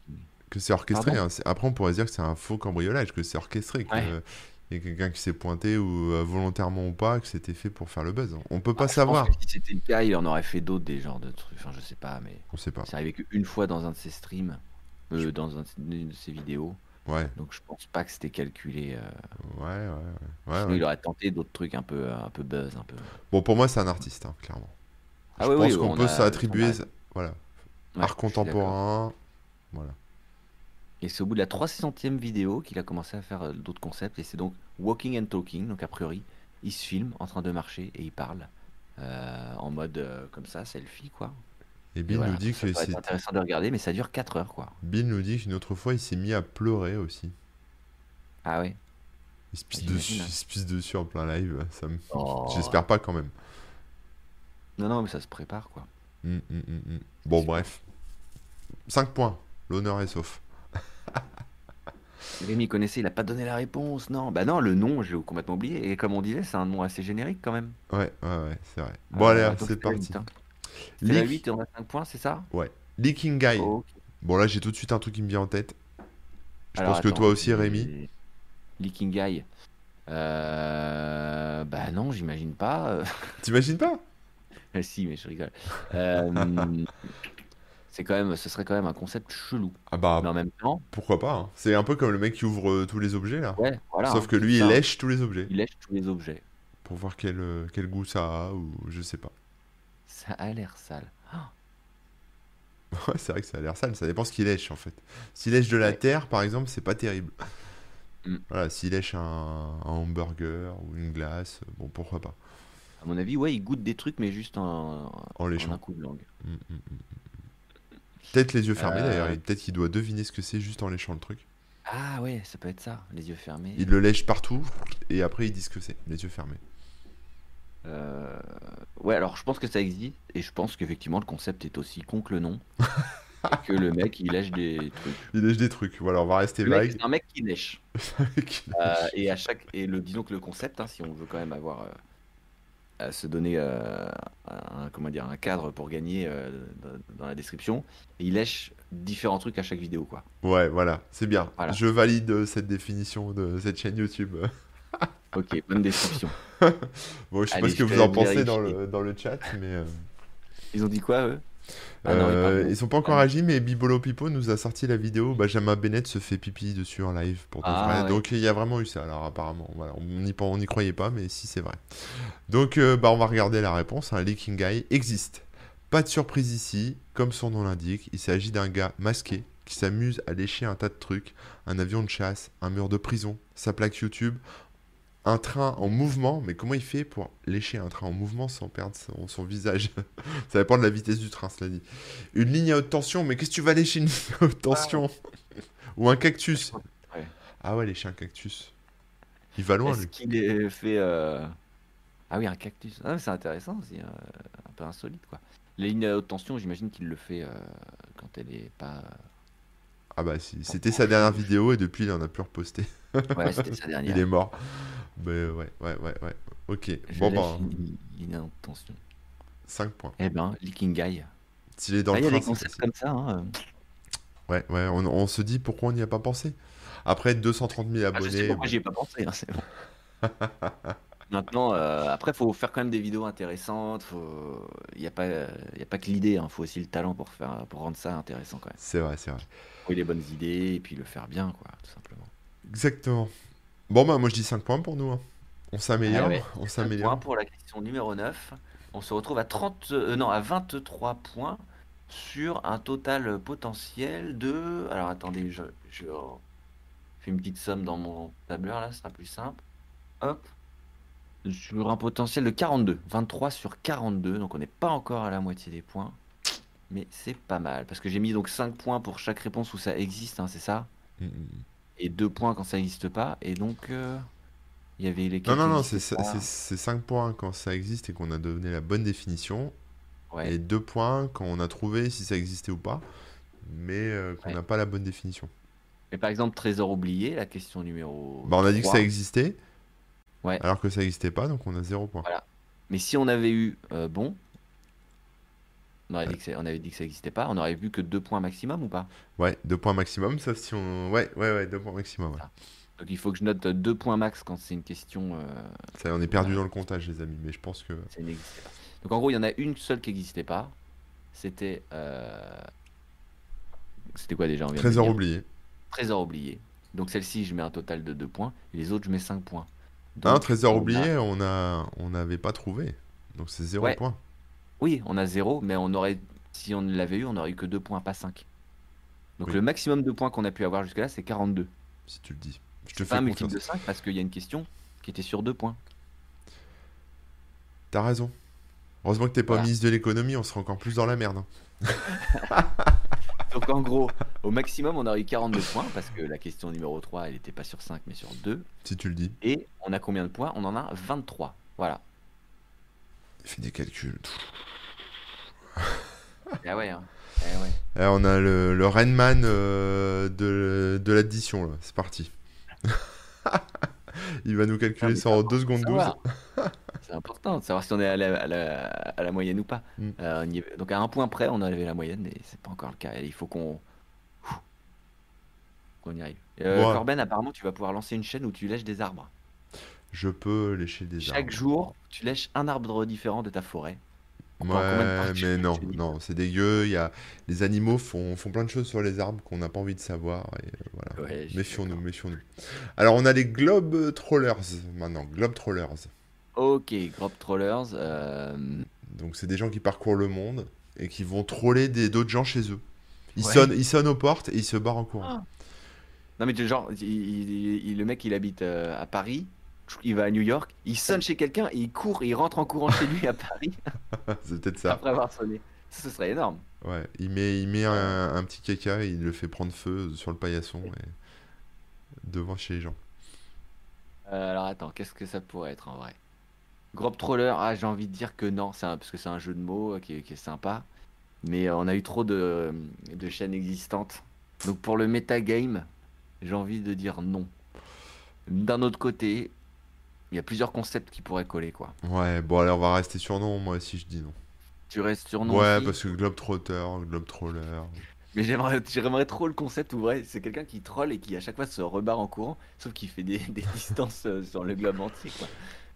Speaker 1: que c'est orchestré.
Speaker 2: Pardon
Speaker 1: hein. C'est- Après, on pourrait se dire que c'est un faux cambriolage, que c'est orchestré, qu'il
Speaker 2: Ouais.
Speaker 1: y a quelqu'un qui s'est pointé ou euh, volontairement ou pas, que c'était fait pour faire le buzz. On peut pas
Speaker 2: Ah, je pense
Speaker 1: savoir.
Speaker 2: que Si c'était le cas, il en aurait fait d'autres, des genres de trucs. Enfin, je sais pas, mais
Speaker 1: On sait pas.
Speaker 2: c'est arrivé qu'une fois dans un de ses streams, euh, dans un de- une de ses vidéos.
Speaker 1: Ouais,
Speaker 2: Donc, je pense pas que c'était calculé. euh,
Speaker 1: ouais, ouais. ouais. Ouais,
Speaker 2: sinon,
Speaker 1: Ah ouais.
Speaker 2: il aurait tenté d'autres trucs un peu, un peu buzz, un peu.
Speaker 1: Bon, pour moi, c'est un artiste, hein, clairement.
Speaker 2: Ah
Speaker 1: je
Speaker 2: oui,
Speaker 1: pense
Speaker 2: oui,
Speaker 1: qu'on
Speaker 2: on
Speaker 1: peut
Speaker 2: a-
Speaker 1: s'attribuer,
Speaker 2: on a-
Speaker 1: ça- voilà,
Speaker 2: Ouais,
Speaker 1: art
Speaker 2: je suis d'accord.
Speaker 1: contemporain. Voilà.
Speaker 2: Et c'est au bout de la 300e vidéo qu'il a commencé à faire euh, d'autres concepts. Et c'est donc Walking and Talking. Donc, a priori, il se filme en train de marcher et il parle euh, en mode euh, comme ça, selfie, quoi.
Speaker 1: Et
Speaker 2: Et
Speaker 1: Bill
Speaker 2: voilà.
Speaker 1: nous dit
Speaker 2: Ça
Speaker 1: que
Speaker 2: doit être
Speaker 1: c'est
Speaker 2: intéressant de regarder, mais ça dure 4 heures, quoi.
Speaker 1: Bill nous dit qu'une autre fois, il s'est mis à pleurer aussi.
Speaker 2: Ah ouais.
Speaker 1: Il se pisse
Speaker 2: J'imagine,
Speaker 1: dessus,
Speaker 2: hein.
Speaker 1: il se pisse dessus en plein live. Ça me...
Speaker 2: Oh.
Speaker 1: J'espère pas quand même.
Speaker 2: Non, non, mais ça se prépare, quoi.
Speaker 1: Mm, mm, mm, mm. Bon, bref. 5 points. L'honneur est sauf.
Speaker 2: Rémi connaissait, il a pas donné la réponse, non Bah non, le nom, j'ai complètement oublié. Et comme on disait, c'est un nom assez générique quand même.
Speaker 1: Ouais, ouais, ouais, c'est vrai. Bon,
Speaker 2: Euh,
Speaker 1: allez,
Speaker 2: donc
Speaker 1: c'est
Speaker 2: c'était la
Speaker 1: parti.
Speaker 2: huit, hein. C'était la Oh.
Speaker 1: Leak-
Speaker 2: 8 et on a 5 points, c'est ça
Speaker 1: Leaking Guy.
Speaker 2: Ok.
Speaker 1: Bon, là, j'ai tout de suite un truc qui me vient en tête. Je
Speaker 2: Alors,
Speaker 1: pense que
Speaker 2: attends,
Speaker 1: toi aussi,
Speaker 2: c'est-
Speaker 1: Rémi.
Speaker 2: Leaking Guy. Euh... Bah non, j'imagine pas.
Speaker 1: T'imagines pas
Speaker 2: Ah si, mais je rigole. Euh, C'est quand même, ce serait quand même un concept chelou.
Speaker 1: Ah, bah,
Speaker 2: Mais en même temps,
Speaker 1: pourquoi pas. hein. C'est un peu comme le mec qui ouvre euh, tous les objets, là.
Speaker 2: ouais, voilà.
Speaker 1: Sauf
Speaker 2: hein,
Speaker 1: que
Speaker 2: c'est
Speaker 1: lui, il
Speaker 2: ça.
Speaker 1: lèche tous les objets.
Speaker 2: Il lèche tous les objets.
Speaker 1: Pour voir quel, euh, quel goût ça a, ou je sais pas.
Speaker 2: Ça a l'air sale. Ah,
Speaker 1: Ouais, c'est vrai que ça a l'air sale, ça dépend ce qu'il lèche en fait. S'il lèche de la
Speaker 2: Ouais.
Speaker 1: terre, par exemple, c'est pas terrible.
Speaker 2: Mm.
Speaker 1: Voilà, s'il lèche un, un hamburger ou une glace, euh, bon, pourquoi pas,
Speaker 2: à mon avis, ouais, il goûte des trucs, mais juste en,
Speaker 1: en
Speaker 2: en un
Speaker 1: léchant.
Speaker 2: coup de langue.
Speaker 1: Mm, mm, mm, mm. Peut-être les yeux fermés
Speaker 2: Euh.
Speaker 1: d'ailleurs, et peut-être qu'il doit deviner ce que c'est juste en léchant le truc.
Speaker 2: Ah ouais, ça peut être ça, les yeux fermés.
Speaker 1: Il le lèche partout, et après ils disent ce que c'est, les yeux fermés.
Speaker 2: Euh, Ouais, alors je pense que ça existe, et je pense qu'effectivement le concept est aussi con que le nom. et que le mec, il lèche des trucs.
Speaker 1: Il lèche des trucs, voilà, on va rester
Speaker 2: Le mec,
Speaker 1: vague.
Speaker 2: c'est un mec qui lèche. Euh, et à chaque et le disons que le concept, hein, si on veut quand même avoir euh, à se donner euh, un comment dire un cadre pour gagner euh, dans- dans la description, il lèche différents trucs à chaque vidéo quoi.
Speaker 1: ouais, voilà, c'est bien.
Speaker 2: Voilà.
Speaker 1: Je valide euh, cette définition de cette chaîne YouTube.
Speaker 2: Ok, bonne description.
Speaker 1: bon, je sais
Speaker 2: Allez,
Speaker 1: pas ce que
Speaker 2: je te
Speaker 1: vous en pensez
Speaker 2: vérifie.
Speaker 1: dans le, dans le chat, mais. euh,
Speaker 2: Ils ont dit quoi eux Ah non, mais
Speaker 1: Euh,
Speaker 2: pardon.
Speaker 1: ils sont pas encore
Speaker 2: Pardon.
Speaker 1: agis, mais Bibolo Pipo nous a sorti la vidéo. Benjamin Bennett se fait pipi dessus en live pour de
Speaker 2: Ah,
Speaker 1: vrai.
Speaker 2: ouais.
Speaker 1: Donc il y a vraiment eu ça. Alors apparemment, voilà, on n'y pen- on n'y croyait pas, mais si c'est vrai. Donc euh, bah, on va regarder la réponse. Un Leaking Guy existe. Pas de surprise ici, comme son nom l'indique, il s'agit d'un gars masqué qui s'amuse à lécher un tas de trucs un avion de chasse, un mur de prison, sa plaque YouTube, un train en mouvement. Mais comment il fait pour lécher un train en mouvement sans perdre son, son visage Ça dépend de la vitesse du train, cela dit. Une ligne à haute tension, mais qu'est-ce que tu vas lécher une ligne à haute tension Ou un cactus
Speaker 2: Ah. Ouais.
Speaker 1: Ah ouais, lécher un cactus. Il va loin,
Speaker 2: Est-ce
Speaker 1: lui.
Speaker 2: qu'il est fait euh, Ah oui, un cactus. Ah, mais c'est intéressant aussi, euh, un peu insolite quoi. Les lignes à haute tension, j'imagine qu'il le fait euh, quand elle est pas.
Speaker 1: Ah bah, si. c'était sa dernière vidéo et depuis, il en a plus reposté.
Speaker 2: Ouais, c'était sa dernière.
Speaker 1: Il est mort. Mais ouais, ouais, ouais, ouais. Ok,
Speaker 2: Je
Speaker 1: bon,
Speaker 2: lèche
Speaker 1: ben,
Speaker 2: une ligne à haute tension.
Speaker 1: 5 points.
Speaker 2: Eh ben, Leaking Guy.
Speaker 1: S'il est dans le
Speaker 2: Ah, il y a
Speaker 1: train,
Speaker 2: des
Speaker 1: c'est facile.
Speaker 2: concepts comme ça. Hein.
Speaker 1: Ouais, ouais, on, on se dit pourquoi on n'y a pas pensé. Après 230 000
Speaker 2: Ah, je
Speaker 1: abonnés.
Speaker 2: sais pourquoi
Speaker 1: bon.
Speaker 2: j'y ai pas pensé. hein, c'est bon. Maintenant, euh, après, faut faire quand même des vidéos intéressantes. Faut... Il n'y a, pas, euh, y a pas que l'idée, il faut aussi le talent pour, faire, pour rendre ça intéressant quand même.
Speaker 1: C'est vrai, c'est vrai.
Speaker 2: Faut les bonnes idées et puis le faire bien, quoi, tout simplement.
Speaker 1: Exactement. Bon, bah, moi je dis 5 points pour nous. hein. On s'améliore.
Speaker 2: Ah ouais.
Speaker 1: On
Speaker 2: Un point
Speaker 1: s'améliore.
Speaker 2: pour la question numéro 9. On se retrouve à, 30, euh, non, à 23 points sur un total potentiel de. Alors attendez, je, je fais une petite somme dans mon tableur là, ce sera plus simple. Hop. Sur un potentiel de 42. 23 sur 42, donc on n'est pas encore à la moitié des points. Mais c'est pas mal. Parce que j'ai mis donc 5 points pour chaque réponse où ça existe, hein, c'est ça
Speaker 1: Mm, mm.
Speaker 2: Et 2 points quand ça n'existe pas. Et donc, euh, il y avait les
Speaker 1: Non,
Speaker 2: quelques
Speaker 1: non, non, c'est
Speaker 2: n'existaient pas.
Speaker 1: 5 points quand ça existe et qu'on a donné la bonne définition.
Speaker 2: Ouais.
Speaker 1: Et 2 points quand on a trouvé si ça existait ou pas, mais euh, qu'on
Speaker 2: Ouais.
Speaker 1: n'a pas la bonne définition.
Speaker 2: Mais par exemple, trésor oublié, la question numéro.
Speaker 1: Bah, on a dit que ça
Speaker 2: trois.
Speaker 1: existait,
Speaker 2: Ouais.
Speaker 1: alors que ça n'existait pas, donc on a 0 points.
Speaker 2: Mais si on avait eu euh, bon, On, aurait dit que c'est- on avait dit que ça n'existait pas. On aurait vu que deux points maximum ou pas
Speaker 1: Ouais, deux points maximum, sauf si on. Ouais, ouais, ouais, deux points maximum. ouais.
Speaker 2: Donc il faut que je note deux points max quand c'est une question. euh,
Speaker 1: Ça, on est perdu dans le comptage, les amis, mais je pense que.
Speaker 2: ça n'existait pas. Donc en gros, il y en a une seule qui n'existait pas. C'était. euh, C'était quoi déjà on vient de le
Speaker 1: Trésor
Speaker 2: dire
Speaker 1: oublié.
Speaker 2: Trésor oublié. Donc celle-ci, je mets un total de 2 points. Et les autres, je mets 5 points.
Speaker 1: Ah, Un
Speaker 2: Donc,
Speaker 1: trésor
Speaker 2: on a-
Speaker 1: oublié, on a, on n'avait pas trouvé. Donc c'est zéro
Speaker 2: Ouais.
Speaker 1: point.
Speaker 2: Oui, on a 0, mais on aurait, si on l'avait eu, on aurait eu que 2 points, pas 5. Donc
Speaker 1: Oui.
Speaker 2: le maximum de points qu'on a pu avoir jusque-là, c'est 42.
Speaker 1: Si tu le dis. Je te
Speaker 2: C'est pas
Speaker 1: fais
Speaker 2: un multiple
Speaker 1: confiance.
Speaker 2: de 5 parce qu'il y a une question qui était sur 2 points.
Speaker 1: T'as raison. Heureusement que t'es pas
Speaker 2: Voilà.
Speaker 1: ministre de l'économie, on serait encore plus dans la merde. hein.
Speaker 2: Donc en gros, au maximum, on aurait eu 42 points parce que la question numéro 3, elle n'était pas sur 5, mais sur 2.
Speaker 1: Si tu le dis.
Speaker 2: Et on a combien de points On en a 23. Voilà.
Speaker 1: Fais des calculs.
Speaker 2: Ah ouais, hein. Eh ouais.
Speaker 1: Eh, on a le, le Renman euh, de, de l'addition, là. C'est parti. Il va nous calculer
Speaker 2: mais
Speaker 1: ça en 2 secondes 12.
Speaker 2: Savoir. C'est important de savoir si on est à la, à la- à la moyenne ou pas.
Speaker 1: Mm.
Speaker 2: Euh, on y est- donc à un point près, on a levé la moyenne, mais c'est pas encore le cas. Et il faut qu'on Ouh. qu'on y arrive. Euh,
Speaker 1: Bon.
Speaker 2: Corben, apparemment, tu vas pouvoir lancer une chaîne où tu lèches des arbres.
Speaker 1: Je peux lécher des
Speaker 2: Chaque
Speaker 1: arbres.
Speaker 2: jour, tu lèches un arbre différent de ta forêt. Encore combien de
Speaker 1: Ouais,
Speaker 2: parties
Speaker 1: mais
Speaker 2: tu
Speaker 1: non,
Speaker 2: dis
Speaker 1: non, c'est dégueu. Il y a... Les animaux font, font plein de choses sur les arbres qu'on n'a pas envie de savoir. Et euh, voilà.
Speaker 2: Ouais, je suis
Speaker 1: méfions-nous,
Speaker 2: d'accord.
Speaker 1: méfions-nous. Alors, on a les Globe Trollers maintenant. Globe Trollers.
Speaker 2: Ok, Grob Trollers. euh,
Speaker 1: Donc, c'est des gens qui parcourent le monde et qui vont troller des- d'autres gens chez eux. Ils,
Speaker 2: Ouais.
Speaker 1: sonnent, ils sonnent aux portes et ils se barrent en courant.
Speaker 2: Non, mais tu- genre, il- il- il- le mec, il habite euh, à Paris. Il va à New York, il sonne chez quelqu'un, il court, il rentre en courant chez lui à Paris
Speaker 1: c'est peut-être ça.
Speaker 2: après avoir sonné. Ça, ce serait énorme.
Speaker 1: Ouais, il met, il met un, un petit caca et il le fait prendre feu sur le paillasson et... devant chez les gens.
Speaker 2: Euh, alors attends, qu'est-ce que ça pourrait être en vrai Grob Troller, ah j'ai envie de dire que non, c'est un- parce que c'est un jeu de mots euh, qui, est- qui est sympa. Mais euh, on a eu trop de, de chaînes existantes. Donc pour le metagame, j'ai envie de dire non. D'un autre côté, il y a plusieurs concepts qui pourraient coller quoi.
Speaker 1: Ouais, bon, allez, on va rester sur non. Moi aussi, je dis non.
Speaker 2: Tu restes sur non.
Speaker 1: ouais,
Speaker 2: aussi,
Speaker 1: parce que Globetrotter, Globetroller.
Speaker 2: Mais j'aimerais, j'aimerais trop le concept où vrai, c'est quelqu'un qui troll et qui à chaque fois se rebarre en courant, sauf qu'il fait des, des distances euh, sur le globe entier quoi.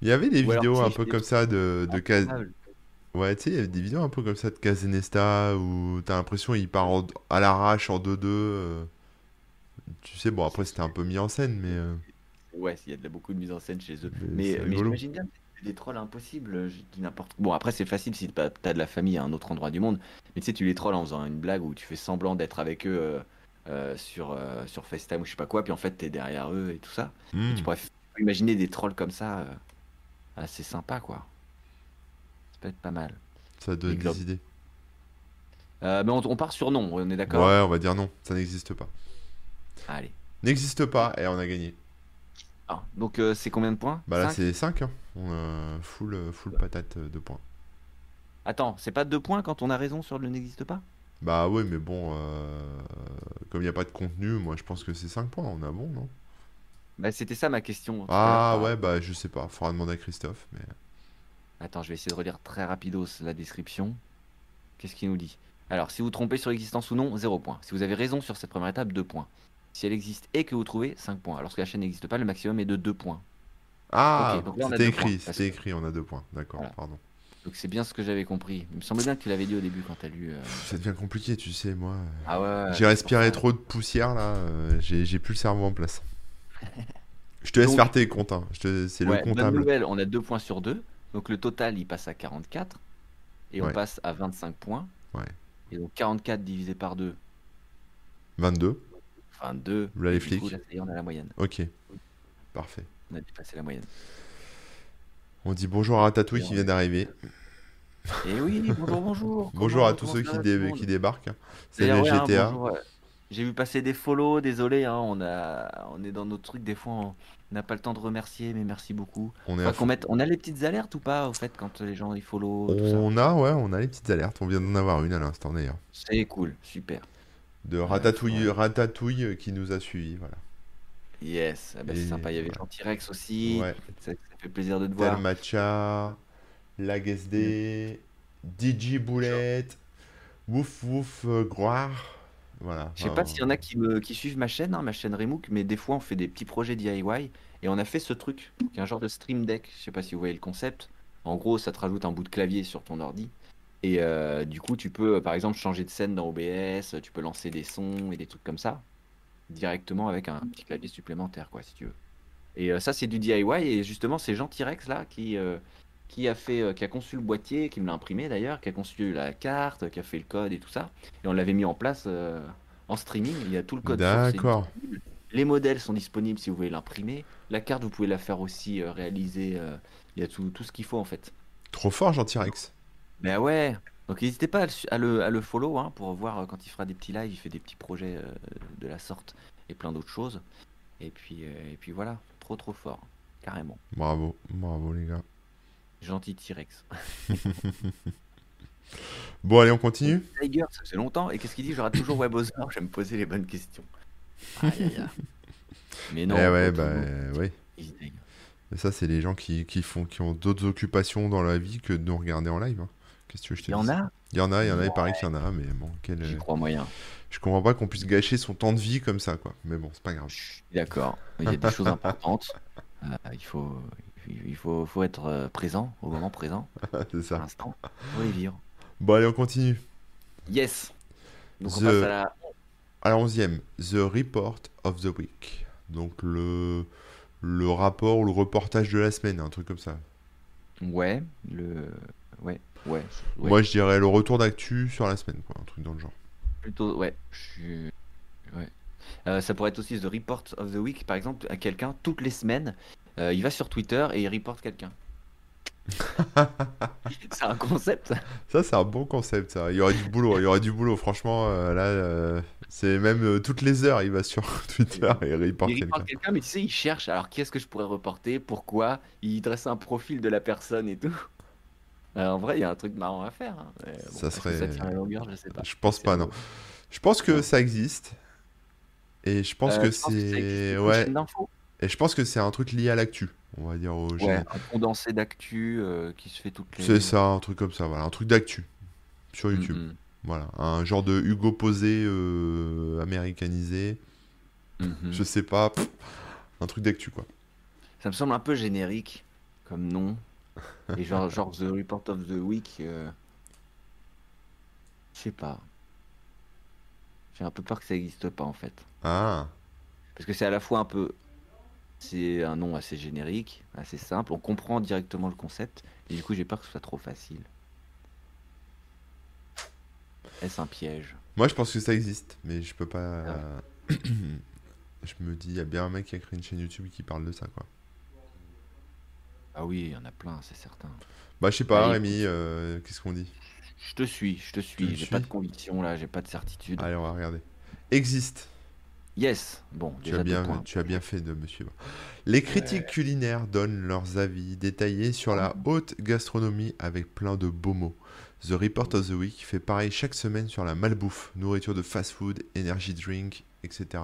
Speaker 1: Il y avait des
Speaker 2: Ou alors,
Speaker 1: vidéos
Speaker 2: tu sais,
Speaker 1: un peu
Speaker 2: des
Speaker 1: comme ça de, de Cas-
Speaker 2: Ah, le-
Speaker 1: Ouais, tu sais, il y avait des vidéos un peu comme ça de Casenesta où t'as l'impression il part en- à l'arrache en 2-2. euh. Tu sais, bon, après, c'était un peu mis en scène, mais. euh,
Speaker 2: Ouais, il y a de la- beaucoup de mise en scène chez eux.
Speaker 1: Mais
Speaker 2: Mais,
Speaker 1: c'est
Speaker 2: mais
Speaker 1: rigolo.
Speaker 2: j'imagine bien que c'est des trolls impossibles, je dis n'importe Bon, après, c'est facile si t'as t'as de la famille à un autre endroit du monde, mais tu sais, tu les trolls en faisant une blague ou tu fais semblant d'être avec eux euh, euh, sur, euh, sur FaceTime ou je sais pas quoi, puis en fait, t'es derrière eux et tout ça.
Speaker 1: hmm.
Speaker 2: Tu pourrais f- imaginer des trolls comme ça, euh, assez sympa, quoi. Ça peut être pas mal.
Speaker 1: Ça donne
Speaker 2: Les globes.
Speaker 1: des idées.
Speaker 2: Euh, mais on, on part sur non, on est
Speaker 1: Ouais,
Speaker 2: d'accord
Speaker 1: on va dire non, ça n'existe pas.
Speaker 2: Allez.
Speaker 1: N'existe pas, et on a gagné.
Speaker 2: Ah, donc, euh, c'est combien de points
Speaker 1: Bah là,
Speaker 2: Cinq
Speaker 1: c'est 5, hein. On a full, euh, full patate euh, de points.
Speaker 2: Attends, c'est pas deux points quand on a raison sur le n'existe pas
Speaker 1: Bah ouais, mais bon, euh, comme il n'y a pas de contenu, moi, je pense que c'est 5 points. On a bon, non
Speaker 2: Bah, c'était ça ma question. tout euh,
Speaker 1: Ah
Speaker 2: à l'heure.
Speaker 1: ouais, bah je sais pas. Faudra demander à Christophe, mais.
Speaker 2: Attends, je vais essayer de relire très rapidos la description. Qu'est-ce qu'il nous dit Alors, si vous trompez sur l'existence ou non, 0 points. Si vous avez raison sur cette première étape, 2 points. Si elle existe et que vous trouvez, 5 points. Alors que la chaîne n'existe pas, le maximum est de 2 points.
Speaker 1: Ah,
Speaker 2: Ok, donc là, on a
Speaker 1: c'était
Speaker 2: deux points,
Speaker 1: écrit,
Speaker 2: parce
Speaker 1: c'était
Speaker 2: que-
Speaker 1: écrit, on a deux points, d'accord,
Speaker 2: Voilà.
Speaker 1: pardon.
Speaker 2: Donc c'est bien ce que j'avais compris. Il me semblait bien que tu l'avais dit au début quand t'as lu... euh,
Speaker 1: Pff, Ça devient compliqué, tu sais, moi. euh,
Speaker 2: Ah ouais, ouais,
Speaker 1: J'ai
Speaker 2: ouais, c'est pour
Speaker 1: respiré
Speaker 2: ça.
Speaker 1: trop de poussière là, euh, j'ai j'ai plus le cerveau en place. Je te laisse
Speaker 2: Donc-
Speaker 1: faire tes comptes, hein, je te- c'est
Speaker 2: Ouais,
Speaker 1: le
Speaker 2: bonne
Speaker 1: comptable.
Speaker 2: nouvelle, on a 2 points sur 2. Donc le total, il passe à 44. Et on
Speaker 1: Ouais.
Speaker 2: passe à 25 points.
Speaker 1: Ouais.
Speaker 2: Et donc 44 divisé par 2,
Speaker 1: 22,
Speaker 2: 22.
Speaker 1: Là, les
Speaker 2: Et du coup,
Speaker 1: flics.
Speaker 2: là, ça y est, on a la moyenne.
Speaker 1: ok, parfait.
Speaker 2: On a dépassé la moyenne.
Speaker 1: On dit bonjour à Ratatouille
Speaker 2: Et
Speaker 1: qui
Speaker 2: on-
Speaker 1: vient d'arriver.
Speaker 2: Et Eh oui, bonjour, bonjour.
Speaker 1: Bonjour
Speaker 2: Comment-
Speaker 1: à tous
Speaker 2: comment
Speaker 1: ceux
Speaker 2: ça
Speaker 1: qui,
Speaker 2: va,
Speaker 1: dé-
Speaker 2: tout le monde
Speaker 1: qui débarquent. C'est
Speaker 2: D'ailleurs,
Speaker 1: les
Speaker 2: ouais, hein,
Speaker 1: GTA.
Speaker 2: bonjour, euh, J'ai vu passer des follow, désolé, hein, on, a, on est dans notre truc, des fois on n'a pas le temps de remercier, mais merci beaucoup.
Speaker 1: on, est
Speaker 2: Faudra
Speaker 1: à
Speaker 2: qu'on
Speaker 1: fond.
Speaker 2: mette- on a les petites alertes ou pas, au fait, quand les gens ils follow, tout ça
Speaker 1: on a, ouais, on a les petites alertes. On vient d'en avoir une à l'instant d'ailleurs.
Speaker 2: C'est cool, super.
Speaker 1: De
Speaker 2: Ouais,
Speaker 1: Ratatouille,
Speaker 2: ouais.
Speaker 1: Ratatouille euh, qui nous a suivis, voilà.
Speaker 2: Yes, ah bah, c'est
Speaker 1: Et-
Speaker 2: sympa, il y avait
Speaker 1: ouais.
Speaker 2: Gentil Rex aussi,
Speaker 1: Ouais.
Speaker 2: ça, ça fait plaisir de te voir.
Speaker 1: Telmacha, Lagesd, DJ Boulette, Wouf wouf, euh, groire. Voilà.
Speaker 2: Je sais pas s'il y en a qui, me, qui suivent ma chaîne, hein, ma chaîne Remook, mais des fois on fait des petits projets DIY et on a fait ce truc, qui est un genre de stream deck. Je sais pas si vous voyez le concept. En gros, ça te rajoute un bout de clavier sur ton ordi. Et euh, du coup, tu peux euh, par exemple changer de scène dans OBS, tu peux lancer des sons et des trucs comme ça directement avec un petit clavier supplémentaire, quoi, si tu veux. Et euh, ça, c'est du DIY. Et justement, c'est Jean T-Rex là qui, euh, qui, a fait, euh, qui a conçu le boîtier, qui me l'a imprimé d'ailleurs, qui a conçu la carte, qui a fait le code et tout ça. Et on l'avait mis en place euh, en streaming. Il y a tout le code. source, c'est
Speaker 1: D'accord.
Speaker 2: les modèles sont disponibles si vous voulez l'imprimer. La carte, vous pouvez la faire aussi euh, réaliser. euh, il y a tout, tout ce qu'il faut en fait.
Speaker 1: Trop fort, Jean T-Rex.
Speaker 2: Ben ouais. Donc n'hésitez pas à le, su- à le- à le follow hein, pour voir euh, quand il fera des petits lives, il fait des petits projets euh, de la sorte et plein d'autres choses. Et puis, euh, et puis voilà, trop trop fort, carrément.
Speaker 1: Bravo, bravo les gars.
Speaker 2: Gentil T-Rex.
Speaker 1: Bon, allez, on continue
Speaker 2: Tiger, ça fait longtemps. Et qu'est-ce qu'il dit J'aurai toujours WebOzor, j'aime poser les bonnes questions. Aïe, aïe, aïe. Mais non.
Speaker 1: Eh ouais,
Speaker 2: autrement,
Speaker 1: bah, oui.
Speaker 2: Easy Tiger.
Speaker 1: Mais ça, c'est les gens qui, qui font, qui ont d'autres occupations dans la vie que de nous regarder en live. hein. Qu'est-ce que tu veux que je te
Speaker 2: Il y en
Speaker 1: dise
Speaker 2: a
Speaker 1: Il y en a, il y en a, il paraît qu'il y en a, mais bon, quel, euh,
Speaker 2: J'y crois moyen.
Speaker 1: je comprends pas qu'on puisse gâcher son temps de vie comme ça, quoi. Mais bon, c'est pas grave.
Speaker 2: Je suis d'accord. Il y a des choses importantes. Euh, il faut, il faut, faut être euh, présent, au moment présent,
Speaker 1: c'est
Speaker 2: à
Speaker 1: ça.
Speaker 2: l'instant, pour les vivre.
Speaker 1: Bon, allez, on continue.
Speaker 2: Yes Donc on
Speaker 1: The-
Speaker 2: passe à la.
Speaker 1: À la onzième, The Report of the Week. Donc le, le rapport ou le reportage de la semaine, un truc comme ça.
Speaker 2: Ouais, le. Ouais, ouais. ouais.
Speaker 1: Moi, je dirais le retour d'actu sur la semaine, quoi, un truc dans le genre.
Speaker 2: plutôt ouais je suis- ouais. Euh, ça pourrait être aussi the report of the week par exemple à quelqu'un toutes les semaines euh, il va sur Twitter et il reporte quelqu'un c'est un concept ça.
Speaker 1: Ça, c'est un bon concept, ça. Il y aurait du boulot, il y aurait du boulot. Franchement, euh, là, euh, c'est même euh, toutes les heures, il va sur Twitter et il reporte
Speaker 2: il
Speaker 1: quelqu'un.
Speaker 2: reporte quelqu'un mais tu sais il cherche alors qui est-ce que je pourrais reporter pourquoi il dresse un profil de la personne et tout Euh, en vrai il y a un truc marrant à faire hein. Mais bon,
Speaker 1: Ça
Speaker 2: est-ce que
Speaker 1: serait-
Speaker 2: ça tient la longueur je sais pas
Speaker 1: Je pense pas, non. Je pense que ça existe. Et je pense
Speaker 2: Euh,
Speaker 1: que
Speaker 2: je pense ça existe,
Speaker 1: c'est.
Speaker 2: une
Speaker 1: Ouais.
Speaker 2: chaîne d'infos.
Speaker 1: Et je pense que c'est un truc lié à l'actu, on va dire au
Speaker 2: Ouais,
Speaker 1: général.
Speaker 2: un condensé d'actu euh, qui se fait toutes les
Speaker 1: C'est ça, un truc comme ça, voilà. Un truc d'actu sur
Speaker 2: Mm,
Speaker 1: YouTube.
Speaker 2: mm.
Speaker 1: Voilà. Un genre de Hugo Posé euh, américanisé.
Speaker 2: Mhm.
Speaker 1: Je sais pas. pff, un truc d'actu, quoi.
Speaker 2: Ça me semble un peu générique comme nom. Et genre, genre The Report of the Week. euh, Je sais pas. J'ai un peu peur que ça n'existe pas en fait.
Speaker 1: Ah.
Speaker 2: Parce que c'est à la fois un peu. C'est un nom assez générique, assez simple. On comprend directement le concept. Et du coup, j'ai peur que ce soit trop facile. Est-ce un piège
Speaker 1: Moi, je pense que ça existe, mais je peux pas.
Speaker 2: Ah
Speaker 1: je me dis, il y a bien un mec qui a créé une chaîne YouTube qui parle de ça, quoi.
Speaker 2: Ah oui, il y en a plein, c'est certain.
Speaker 1: Bah, je sais pas,
Speaker 2: Allez,
Speaker 1: Rémi, euh, qu'est-ce qu'on dit
Speaker 2: Je te suis, je te
Speaker 1: me
Speaker 2: suis. J'ai pas
Speaker 1: suis.
Speaker 2: de conviction là, j'ai pas de certitude.
Speaker 1: Allez, on va regarder. Existe.
Speaker 2: Yes Bon,
Speaker 1: Tu
Speaker 2: déjà
Speaker 1: as,
Speaker 2: deux
Speaker 1: bien,
Speaker 2: points.
Speaker 1: tu as bien fait de me suivre. Les critiques culinaires donnent leurs avis détaillés sur la
Speaker 2: Mm.
Speaker 1: haute gastronomie avec plein de beaux mots. The Report of the Week fait pareil chaque semaine sur la malbouffe, nourriture de fast-food, energy drink, etc.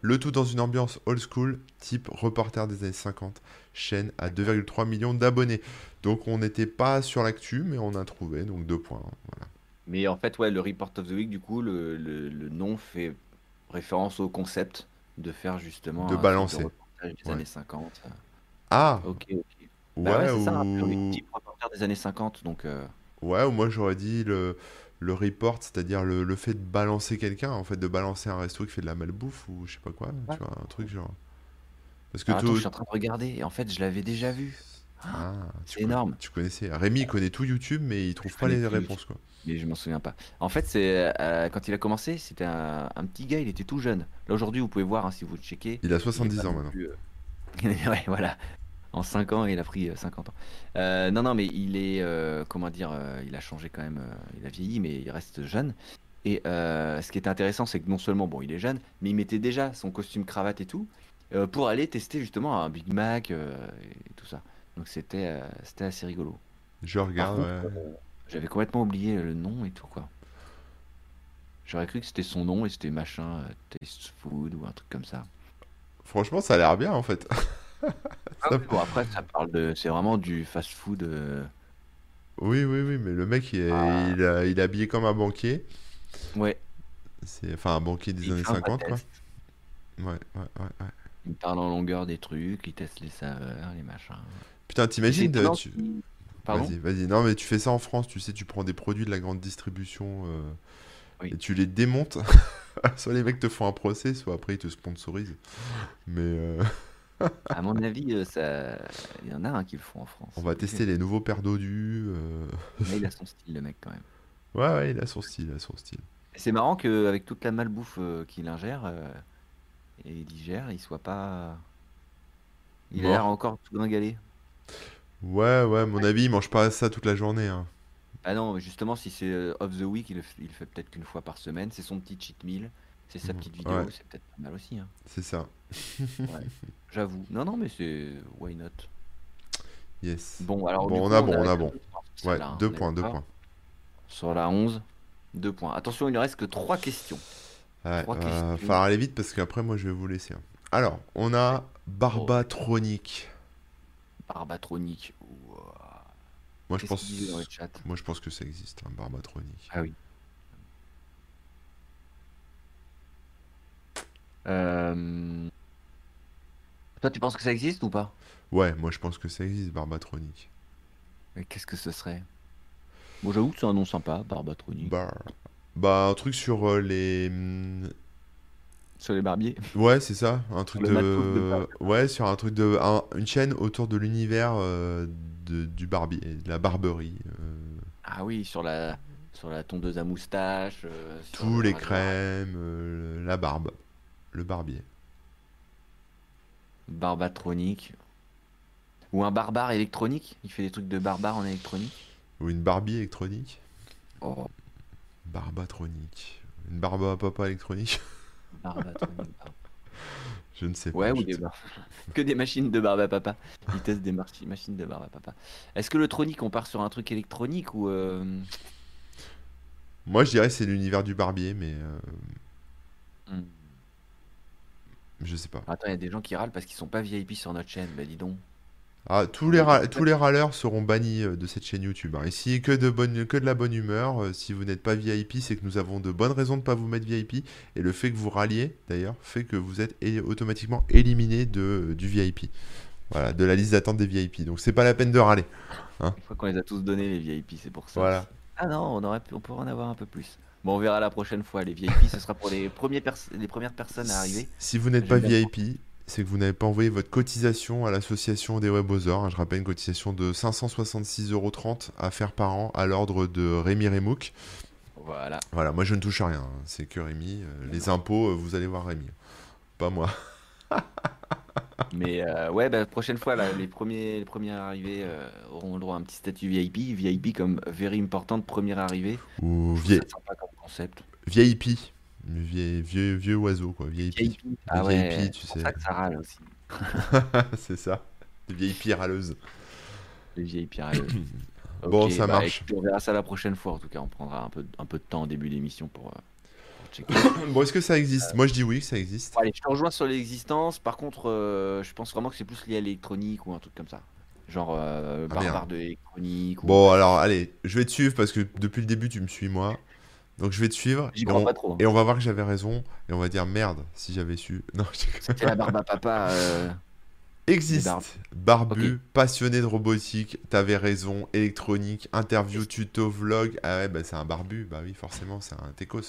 Speaker 1: Le tout dans une ambiance old school, type reporter des années 50, chaîne à 2,3 millions d'abonnés. Donc on n'était pas sur l'actu, mais on a trouvé, donc deux points. Voilà.
Speaker 2: Mais en fait, ouais, le Report of the Week, du coup, le, le- le nom fait référence au concept de faire justement
Speaker 1: De
Speaker 2: un
Speaker 1: balancer.
Speaker 2: truc de reportage des
Speaker 1: Ouais.
Speaker 2: années 50.
Speaker 1: Ah,
Speaker 2: Ok, ok.
Speaker 1: ouais,
Speaker 2: Bah ouais, c'est ça, un
Speaker 1: ou-
Speaker 2: petit reporter des années 50, donc euh,
Speaker 1: Ouais, ou moi j'aurais dit le, le report, c'est-à-dire le, le fait de balancer quelqu'un, en fait de balancer un resto qui fait de la malbouffe ou je sais pas quoi,
Speaker 2: Ouais.
Speaker 1: tu vois, un truc genre. Parce que
Speaker 2: alors, attends,
Speaker 1: tout.
Speaker 2: je suis en train de regarder, et en fait, je l'avais déjà vu.
Speaker 1: Ah, tu,
Speaker 2: C'est énorme,
Speaker 1: tu connaissais. Rémi il connaît tout YouTube, mais il trouve
Speaker 2: Je
Speaker 1: pas les
Speaker 2: connais tout
Speaker 1: réponses quoi.
Speaker 2: mais je m'en souviens pas. En fait, c'est euh, quand il a commencé, c'était un, un petit gars, il était tout jeune. Là, aujourd'hui, vous pouvez voir, hein, si vous le checkez,
Speaker 1: Il a
Speaker 2: Il est
Speaker 1: 70
Speaker 2: pas
Speaker 1: ans
Speaker 2: non
Speaker 1: maintenant.
Speaker 2: plus, euh, ouais, voilà. En 5 ans, il a pris euh, 50 ans. Euh, non, non, mais il est. euh, comment dire euh, Il a changé quand même. euh, il a vieilli, mais il reste jeune. Et euh, ce qui était intéressant, c'est que non seulement, bon, il est jeune, mais il mettait déjà son costume cravate et tout euh, pour aller tester justement un Big Mac euh, et tout ça. Donc c'était euh, c'était assez rigolo.
Speaker 1: Je
Speaker 2: Par
Speaker 1: regarde,
Speaker 2: contre,
Speaker 1: ouais.
Speaker 2: euh, J'avais complètement oublié le nom et tout, quoi. J'aurais cru que c'était son nom et c'était machin, euh, Taste Food ou un truc comme ça.
Speaker 1: Franchement, ça a l'air bien en fait.
Speaker 2: Ah oui, Bon, après, ça parle de. C'est vraiment du fast food. euh,
Speaker 1: Oui, oui, oui, mais le mec, il est,
Speaker 2: Ah.
Speaker 1: il a- il est habillé comme un banquier.
Speaker 2: Ouais.
Speaker 1: C'est, enfin, un banquier des
Speaker 2: Il
Speaker 1: années
Speaker 2: fait un
Speaker 1: 50, quoi.
Speaker 2: test.
Speaker 1: Ouais, ouais, ouais, ouais.
Speaker 2: Il parle en longueur des trucs, il teste les saveurs, les machins.
Speaker 1: Putain,
Speaker 2: C'est
Speaker 1: t'imagines. euh,
Speaker 2: étonnant
Speaker 1: tu-
Speaker 2: qu'il- Pardon
Speaker 1: Vas-y, vas-y. Non, mais tu fais ça en France, tu sais, tu prends des produits de la grande distribution euh,
Speaker 2: Oui.
Speaker 1: et tu les démontes. soit les mecs te font un procès, soit après ils te sponsorisent. Mais euh,
Speaker 2: À mon avis, euh, ça... il y en a un qui le font en France.
Speaker 1: on va tester les nouveaux paires d'odus. euh,
Speaker 2: Mais il a son style, le mec, quand même.
Speaker 1: Ouais, ouais, il a son style, il a son style.
Speaker 2: Et C'est marrant qu'avec toute la malbouffe euh, qu'il ingère euh, et digère, il soit pas. Il a
Speaker 1: Mort.
Speaker 2: l'air encore tout gringalé.
Speaker 1: Ouais, ouais, à mon avis, il mange pas ça toute la journée. hein.
Speaker 2: Ah non, justement, si c'est euh, off the week, il le, f- il le fait peut-être qu'une fois par semaine. C'est son petit cheat meal, c'est sa
Speaker 1: Mm,
Speaker 2: petite vidéo,
Speaker 1: ouais.
Speaker 2: c'est peut-être pas mal aussi. hein.
Speaker 1: C'est ça.
Speaker 2: J'avoue. Non, non, mais c'est. Why not
Speaker 1: Yes.
Speaker 2: Bon, alors.
Speaker 1: Bon,
Speaker 2: du
Speaker 1: on
Speaker 2: coup,
Speaker 1: a bon, on
Speaker 2: la-
Speaker 1: a bon.
Speaker 2: sur
Speaker 1: Ouais,
Speaker 2: la- on
Speaker 1: deux
Speaker 2: est
Speaker 1: points, deux
Speaker 2: d'accord.
Speaker 1: points.
Speaker 2: Sur la 11, deux points. Attention, il ne reste que trois questions.
Speaker 1: Ouais,
Speaker 2: Trois
Speaker 1: euh,
Speaker 2: questions.
Speaker 1: faut aller vite parce qu'après, moi, je vais vous laisser. hein. Alors, on a Barbatronic.
Speaker 2: Barbatronic. Ouah.
Speaker 1: Moi, je
Speaker 2: Qu'est-ce
Speaker 1: pense,
Speaker 2: qu'il disait dans le chat
Speaker 1: moi, je pense que ça existe, hein, un Barbatronic.
Speaker 2: Ah oui. Euh, Toi, tu penses que ça existe ou pas
Speaker 1: Ouais, moi, je pense que ça existe, Barbatronic.
Speaker 2: Mais qu'est-ce que ce serait Bon, j'avoue que c'est un nom sympa, Barbatronic.
Speaker 1: Bar. Bah, un truc sur euh, les. hum,
Speaker 2: Sur les barbiers.
Speaker 1: Ouais, c'est ça, un truc
Speaker 2: Le
Speaker 1: de.
Speaker 2: matos de Barbie.
Speaker 1: Ouais, sur un truc de. un- une chaîne autour de l'univers euh, de- du barbier, de la barberie. euh,
Speaker 2: Ah oui, sur la, sur la tondeuse à moustache. euh, sur
Speaker 1: tous
Speaker 2: le
Speaker 1: les
Speaker 2: rasoir.
Speaker 1: crèmes, euh, la barbe, le barbier.
Speaker 2: Barbatronic. Ou un barbare électronique Il fait des trucs de barbare en électronique
Speaker 1: Ou une Barbie électronique.
Speaker 2: Oh,
Speaker 1: Barbatronic. Une barbe à papa électronique.
Speaker 2: Barbatronic.
Speaker 1: Je ne sais pas.
Speaker 2: Ouais, ou
Speaker 1: je
Speaker 2: des
Speaker 1: sais-
Speaker 2: bar- que des machines de barbe à papa. Ils testent des marchi- machines de barbe à papa. Est-ce que le tronic, on part sur un truc électronique ou. euh,
Speaker 1: Moi, je dirais que c'est l'univers du barbier, mais euh,
Speaker 2: hmm.
Speaker 1: je sais pas.
Speaker 2: Attends, il y a des gens qui râlent parce qu'ils sont pas VIP sur notre chaîne, bah dis donc.
Speaker 1: Ah, tous les, ra- tous les râleurs seront bannis euh, de cette chaîne YouTube. hein. Ici, que de, bonne, que de la bonne humeur. euh, Si vous n'êtes pas VIP, c'est que nous avons de bonnes raisons de ne pas vous mettre VIP. Et le fait que vous ralliez, d'ailleurs, fait que vous êtes é- automatiquement éliminé de, euh, du VIP. Voilà, de la liste d'attente des VIP. Donc, c'est pas la peine de râler.
Speaker 2: Une fois qu'on les a tous donnés, les VIP, c'est pour ça.
Speaker 1: Voilà.
Speaker 2: Ah non, on, aurait pu- on pourrait en avoir un peu plus. Bon, on verra la prochaine fois. Les VIP, ce sera pour les, premiers pers- les premières personnes à arriver.
Speaker 1: Si vous n'êtes
Speaker 2: Je
Speaker 1: pas
Speaker 2: vais
Speaker 1: VIP, c'est que vous n'avez pas envoyé votre cotisation à l'association des Webosaures. hein. Je rappelle une cotisation de 566,30€ à faire par an à l'ordre de Rémi Remouk.
Speaker 2: Voilà.
Speaker 1: Voilà, moi je ne touche à rien. hein. C'est que Rémi. euh, les impôts, euh, vous allez voir Rémi. Pas moi.
Speaker 2: Mais euh, ouais, bah, prochaine fois, là, les, premiers, les premiers arrivés euh, auront le droit à un petit statut VIP. VIP comme euh, very importante première arrivée.
Speaker 1: Ou
Speaker 2: Je trouve
Speaker 1: vie-
Speaker 2: ça sympa comme concept.
Speaker 1: VIP. Vieux, vieux, vieux oiseau, quoi. VIP.
Speaker 2: VIP. Ah
Speaker 1: VIP,
Speaker 2: ouais,
Speaker 1: tu
Speaker 2: c'est pour
Speaker 1: sais.
Speaker 2: ça que ça râle aussi.
Speaker 1: c'est ça. Vieille râleuse.
Speaker 2: Les VIP râleuses. Ok,
Speaker 1: Bon, ça
Speaker 2: bah,
Speaker 1: marche.
Speaker 2: écoute, on verra ça la prochaine fois. En tout cas, on prendra un peu, un peu de temps en début d'émission pour, euh, pour checker.
Speaker 1: Bon, est-ce que ça
Speaker 2: Euh,
Speaker 1: existe Moi je dis oui que ça existe.
Speaker 2: Bon, allez, je te rejoins sur l'existence. Par contre, euh, je pense vraiment que c'est plus lié à l'électronique ou un truc comme ça. Genre euh,
Speaker 1: Ah,
Speaker 2: barbare
Speaker 1: merde.
Speaker 2: de l'électronique. ou-
Speaker 1: Bon, alors allez, je vais te suivre parce que depuis le début tu me suis moi. Donc je vais te suivre.
Speaker 2: J'y
Speaker 1: Et
Speaker 2: crois
Speaker 1: on-
Speaker 2: pas trop. hein.
Speaker 1: Et on va voir que j'avais raison, et on va dire merde si j'avais su. Non, je déconne.
Speaker 2: C'était la barbe à papa. euh,
Speaker 1: existe.
Speaker 2: Les barbes.
Speaker 1: Barbu, passionné de robotique, t'avais raison, électronique, interview, tuto, vlog. Ah ouais, bah c'est un barbu, bah oui, forcément, c'est un techos.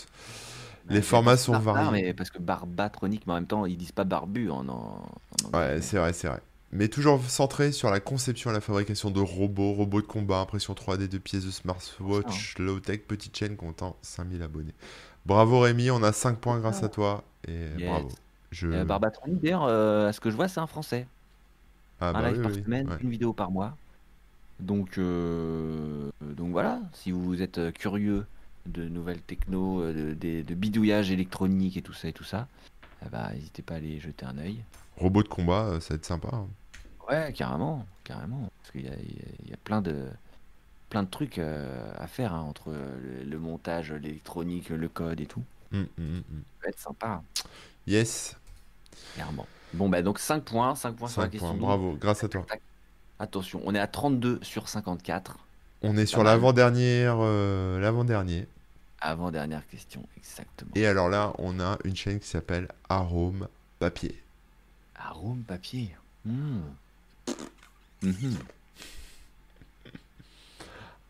Speaker 1: Les
Speaker 2: bah,
Speaker 1: formats sont
Speaker 2: barbare,
Speaker 1: variés.
Speaker 2: Mais parce que barbatronique, mais en même temps, ils disent pas barbu en, en- en anglais.
Speaker 1: Ouais, c'est vrai, c'est vrai. Mais toujours centré sur la conception et la fabrication de robots, robots de combat, impression 3D de pièces de smartwatch, low-tech, petite chaîne comptant 5000 abonnés. Bravo Rémi, on a 5 points grâce à toi. Et
Speaker 2: Yes.
Speaker 1: bravo. Je...
Speaker 2: Et, euh, barbatronique, d'ailleurs, euh, à ce que je vois, c'est un français.
Speaker 1: ah
Speaker 2: un
Speaker 1: bah
Speaker 2: live
Speaker 1: oui,
Speaker 2: par
Speaker 1: oui,
Speaker 2: semaine,
Speaker 1: ouais.
Speaker 2: une vidéo par mois. Donc, euh, donc voilà, si vous êtes euh, curieux de nouvelles techno, euh, de, des- de bidouillage électronique et tout ça et tout ça, eh ben, n'hésitez pas à aller jeter un œil.
Speaker 1: Robots de combat, euh, ça va être sympa. hein.
Speaker 2: Ouais, carrément, carrément. Parce qu'il y a, il y a- il y a plein de plein de trucs euh, à faire hein, entre le, le montage, l'électronique, le code et tout.
Speaker 1: Mm, mm, mm.
Speaker 2: Ça va être sympa,
Speaker 1: Yes,
Speaker 2: clairement. Bon, bah donc 5 points, 5 points sur la
Speaker 1: 5
Speaker 2: question.
Speaker 1: points,
Speaker 2: de-
Speaker 1: bravo, grâce à toi.
Speaker 2: Attention, on est à 32 sur 54.
Speaker 1: On est sur
Speaker 2: mal.
Speaker 1: l'avant-dernière. euh, l'avant-dernier.
Speaker 2: Avant-dernière question, exactement.
Speaker 1: Et alors là, on a une chaîne qui s'appelle Arôme Papier.
Speaker 2: Arôme papier. Hmm. Mhm.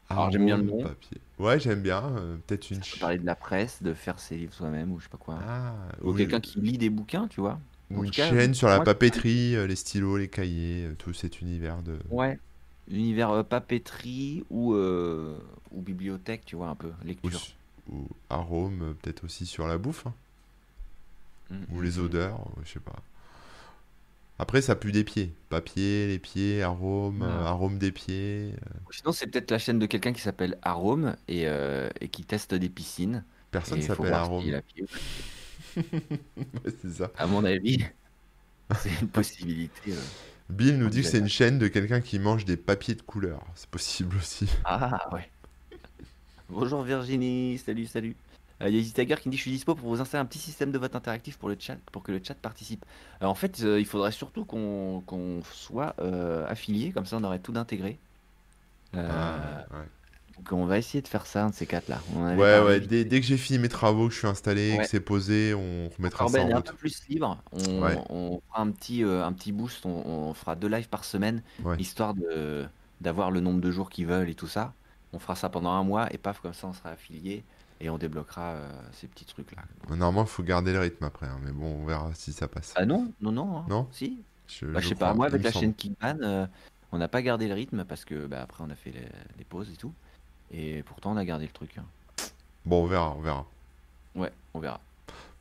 Speaker 2: Alors, j'aime bien le
Speaker 1: Arôme
Speaker 2: nom.
Speaker 1: Papier. Ouais, j'aime bien. euh, Peut-être une.
Speaker 2: On
Speaker 1: ch-
Speaker 2: parlait de la presse, de faire ses livres soi-même ou je sais pas quoi.
Speaker 1: Ah,
Speaker 2: Ou
Speaker 1: oui,
Speaker 2: quelqu'un qui lit des bouquins, tu vois.
Speaker 1: ou
Speaker 2: en tout
Speaker 1: une
Speaker 2: cas, euh,
Speaker 1: chaîne sur la
Speaker 2: moi-
Speaker 1: papeterie, euh, les stylos, les cahiers, euh, tout cet univers de.
Speaker 2: Ouais. L'univers euh, papeterie ou, euh, ou bibliothèque, tu vois, un peu.
Speaker 1: Ou,
Speaker 2: Lecture.
Speaker 1: s- ou arôme, euh, peut-être aussi sur la bouffe. hein,
Speaker 2: Mhm.
Speaker 1: ou les odeurs, euh, je sais pas. Après, ça pue des pieds. Papier, les pieds, arôme,
Speaker 2: Ah.
Speaker 1: euh, arôme des pieds. euh,
Speaker 2: Ou Sinon, c'est peut-être la chaîne de quelqu'un qui s'appelle Arôme et, euh, et qui teste des piscines.
Speaker 1: Personne
Speaker 2: Et faut
Speaker 1: s'appelle
Speaker 2: voir ce
Speaker 1: arôme.
Speaker 2: qu'il a pied.
Speaker 1: Ouais, c'est ça.
Speaker 2: À mon avis, c'est une possibilité. euh.
Speaker 1: Bill nous
Speaker 2: On
Speaker 1: dit que
Speaker 2: dirait
Speaker 1: c'est une chaîne de quelqu'un qui mange des papiers de couleur. C'est possible aussi.
Speaker 2: Ah ouais. Bonjour Virginie, salut, salut. Euh, Il y a Easy Tiger qui me dit je suis dispo pour vous installer un petit système de vote interactif pour le chat pour que le chat participe. Euh, en fait, euh, il faudrait surtout qu'on qu'on soit euh, affilié, comme ça on aurait tout d'intégré. Euh,
Speaker 1: Ah, ouais.
Speaker 2: donc on va essayer de faire ça, un de ces quatre là. On en avait
Speaker 1: Ouais,
Speaker 2: parlé
Speaker 1: ouais,
Speaker 2: vite.
Speaker 1: dès, dès que j'ai fini mes travaux, que je suis installé,
Speaker 2: Ouais.
Speaker 1: que c'est posé, on remettra
Speaker 2: Corben
Speaker 1: ça
Speaker 2: est
Speaker 1: en
Speaker 2: un
Speaker 1: route.
Speaker 2: peu plus libre. On,
Speaker 1: Ouais.
Speaker 2: on fera un petit, euh, un petit boost. On, on fera deux lives par semaine,
Speaker 1: Ouais.
Speaker 2: histoire de d'avoir le nombre de jours qu'ils veulent et tout ça. On fera ça pendant un mois et paf, comme ça, on sera affilié et on débloquera euh, ces petits trucs là.
Speaker 1: Normalement, il faut garder le rythme après, hein, mais bon, on verra si ça passe.
Speaker 2: Ah non, non, non. hein.
Speaker 1: Non
Speaker 2: Si.
Speaker 1: Je,
Speaker 2: Bah, je
Speaker 1: je
Speaker 2: sais
Speaker 1: crois,
Speaker 2: pas. Moi,
Speaker 1: il
Speaker 2: avec
Speaker 1: me
Speaker 2: la
Speaker 1: semble.
Speaker 2: chaîne Kickman, euh, on n'a pas gardé le rythme parce que bah, après, on a fait les, les pauses et tout. Et pourtant, on a gardé le truc. hein.
Speaker 1: Bon, on verra, on verra.
Speaker 2: Ouais, on verra.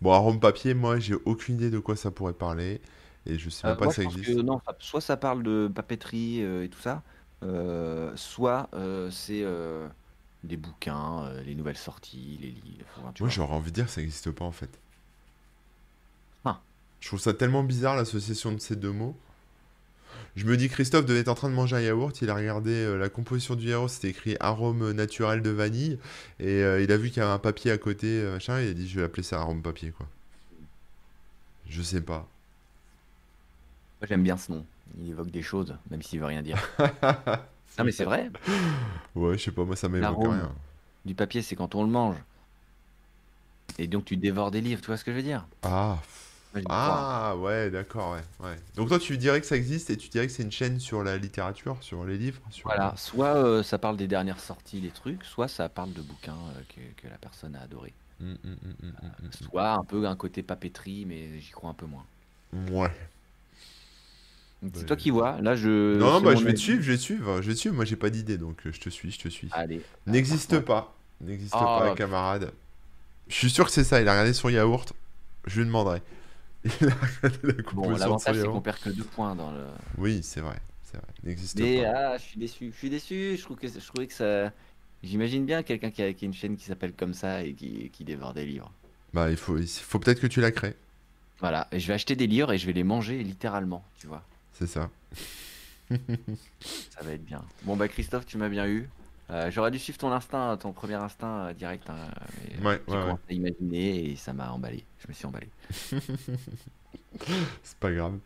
Speaker 1: Bon, arôme papier, moi, j'ai aucune idée de quoi ça pourrait parler, et je sais
Speaker 2: Euh,
Speaker 1: même pas
Speaker 2: moi,
Speaker 1: si ça
Speaker 2: je pense
Speaker 1: existe.
Speaker 2: que non, ça- soit ça parle de papeterie euh, et tout ça, euh, soit euh, c'est euh, des bouquins, euh, les nouvelles sorties, les livres. enfin, tu
Speaker 1: Moi,
Speaker 2: vois.
Speaker 1: j'aurais envie de dire que ça n'existe pas en fait.
Speaker 2: Ah.
Speaker 1: Je trouve ça tellement bizarre l'association de ces deux mots. Je me dis, Christophe devait être en train de manger un yaourt. Il a regardé euh, la composition du yaourt, c'était écrit arôme naturel de vanille. Et euh, il a vu qu'il y avait un papier à côté, euh, machin. Il a dit, je vais appeler ça arôme papier, quoi. Je sais pas.
Speaker 2: Moi, j'aime bien ce nom. Il évoque des choses, même s'il veut rien dire. non, mais c'est vrai.
Speaker 1: Ouais, je sais pas, moi ça m'évoque
Speaker 2: L'arôme.
Speaker 1: rien.
Speaker 2: Du papier, c'est quand on le mange. Et donc, tu dévores des livres, tu vois ce que je veux dire
Speaker 1: Ah,
Speaker 2: Moi, j'y crois.
Speaker 1: ah ouais, d'accord, ouais, ouais. Donc toi, tu dirais que ça existe et tu dirais que c'est une chaîne sur la littérature, sur les livres sur...
Speaker 2: Voilà, soit euh, ça parle des dernières sorties, des trucs, soit ça parle de bouquins euh, que, que la personne a adoré.
Speaker 1: Mm, mm, mm, mm, mm, mm.
Speaker 2: Soit un peu un côté papeterie, mais j'y crois un peu moins.
Speaker 1: Ouais.
Speaker 2: Donc, C'est
Speaker 1: Ouais.
Speaker 2: toi qui vois. Là, je.
Speaker 1: Bah, non, non,
Speaker 2: Euh, c'est
Speaker 1: bah,
Speaker 2: mon
Speaker 1: je vais te
Speaker 2: avis.
Speaker 1: suivre, je vais te suivre, je vais te suivre. Moi, j'ai pas d'idée, donc euh, je te suis, je te suis.
Speaker 2: Allez.
Speaker 1: N'existe pas, n'existe
Speaker 2: Ah,
Speaker 1: pas,
Speaker 2: pff.
Speaker 1: camarade. Je suis sûr que c'est ça. Il a regardé son yaourt. Je lui demanderai. Il a regardé la
Speaker 2: Bon,
Speaker 1: composition de son
Speaker 2: l'avantage, c'est qu'on
Speaker 1: yaourt.
Speaker 2: perd que deux points dans le.
Speaker 1: Oui, c'est vrai, c'est vrai. N'existe
Speaker 2: Mais
Speaker 1: pas.
Speaker 2: ah, je suis déçu. Je suis déçu. Je trouve que je trouvais que ça. J'imagine bien quelqu'un qui a, qui a une chaîne qui s'appelle comme ça et qui, qui dévore des livres.
Speaker 1: Bah, il faut, il faut peut-être que tu la crées.
Speaker 2: Voilà. Et je vais acheter des livres et je vais les manger littéralement. Tu vois.
Speaker 1: C'est ça.
Speaker 2: Ça va être bien. Bon bah Christophe, tu m'as bien eu. Euh, J'aurais dû suivre ton instinct, ton premier instinct euh, direct. hein, mais
Speaker 1: Ouais,
Speaker 2: j'ai
Speaker 1: ouais,
Speaker 2: commencé à imaginer et ça m'a emballé. Je me suis emballé.
Speaker 1: C'est pas grave.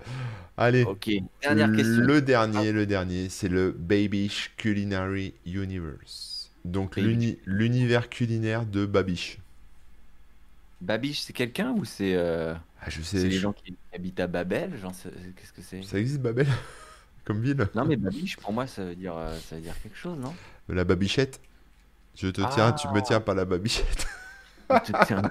Speaker 1: Allez.
Speaker 2: Ok. Dernière question. Ah.
Speaker 1: Le dernier, le dernier, c'est le Babish Culinary Universe. Donc
Speaker 2: Babish.
Speaker 1: l'uni- l'univers culinaire de Babish.
Speaker 2: Babiche, c'est quelqu'un ou c'est euh,
Speaker 1: Ah, je
Speaker 2: c'est
Speaker 1: sais,
Speaker 2: les
Speaker 1: je-
Speaker 2: gens qui habitent à Babel J'en sais- Qu'est-ce que c'est
Speaker 1: ça existe Babel comme ville
Speaker 2: Non mais Babiche, pour moi, ça veut dire, euh, ça veut dire quelque chose, non
Speaker 1: La Babichette Je te tiens, tu
Speaker 2: Ah.
Speaker 1: me tiens pas la Babichette.
Speaker 2: Je te tiens-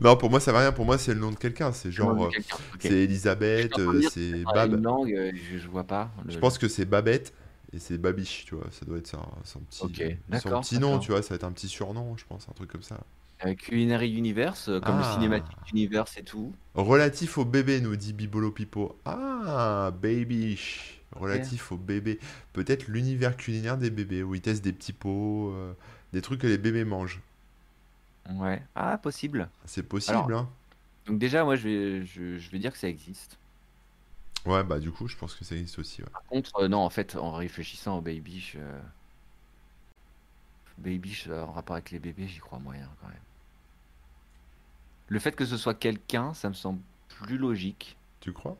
Speaker 1: non, pour moi ça va rien, pour moi c'est le nom de quelqu'un, c'est genre
Speaker 2: Demande
Speaker 1: euh,
Speaker 2: quelqu'un. Ok.
Speaker 1: c'est Elisabeth,
Speaker 2: Je suis en train de
Speaker 1: euh,
Speaker 2: dire
Speaker 1: c'est
Speaker 2: Ah,
Speaker 1: Bab.
Speaker 2: Une langue, euh, je, je vois pas. le-
Speaker 1: Je pense que c'est Babette et c'est Babiche, tu vois, ça doit être ça, son petit
Speaker 2: Ok,
Speaker 1: son
Speaker 2: d'accord,
Speaker 1: petit nom,
Speaker 2: d'accord.
Speaker 1: tu vois, ça va être un petit surnom, je pense, un truc comme ça.
Speaker 2: euh, Culinary Universe, euh, comme
Speaker 1: Ah.
Speaker 2: le Cinematic Universe et tout.
Speaker 1: Relatif au bébé, nous dit Bibolo Pipo. Ah, babysh. Relatif au bébé. Peut-être l'univers culinaire des bébés, où ils testent des petits pots, euh, des trucs que les bébés mangent.
Speaker 2: Ouais. Ah, possible.
Speaker 1: C'est possible,
Speaker 2: Alors-
Speaker 1: hein
Speaker 2: Donc déjà, moi, je vais, je, je vais dire que ça existe.
Speaker 1: Ouais, bah du coup, je pense que ça existe aussi. ouais.
Speaker 2: Par contre, euh, non, en fait, en réfléchissant au Babyche, euh, Babyche euh, en rapport avec les bébés, j'y crois moyen quand même. Le fait que ce soit quelqu'un, ça me semble plus logique.
Speaker 1: Tu crois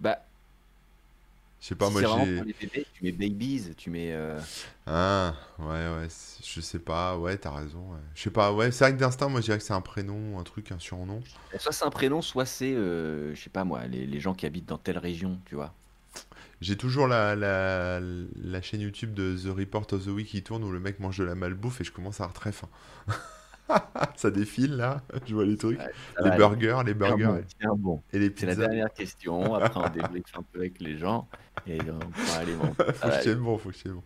Speaker 2: Bah,
Speaker 1: Je Je sais pas,
Speaker 2: Si
Speaker 1: moi
Speaker 2: c'est vraiment
Speaker 1: j'ai.
Speaker 2: pour les bébés, tu mets babies, tu mets. euh,
Speaker 1: Ah, ouais, ouais, c'est- je sais pas, ouais, t'as raison. ouais. Je sais pas, ouais, c'est vrai que d'instinct, moi je dirais que c'est un prénom, un truc, un surnom.
Speaker 2: Soit c'est un prénom, soit c'est, euh, je sais pas moi, les, les gens qui habitent dans telle région, tu vois.
Speaker 1: J'ai toujours la, la, la chaîne YouTube de The Report of the Week qui tourne où le mec mange de la malbouffe et je commence à avoir très faim. Ça défile là, je vois les trucs.
Speaker 2: Ça
Speaker 1: les
Speaker 2: va,
Speaker 1: burgers, les
Speaker 2: tiens
Speaker 1: burgers
Speaker 2: bon, tiens bon.
Speaker 1: et les
Speaker 2: C'est la
Speaker 1: pizzas.
Speaker 2: dernière question. Après, on débriefe un peu avec les gens. Et on va aller bon.
Speaker 1: Faut
Speaker 2: ça va
Speaker 1: que je
Speaker 2: aller.
Speaker 1: tienne bon, faut que je tienne bon.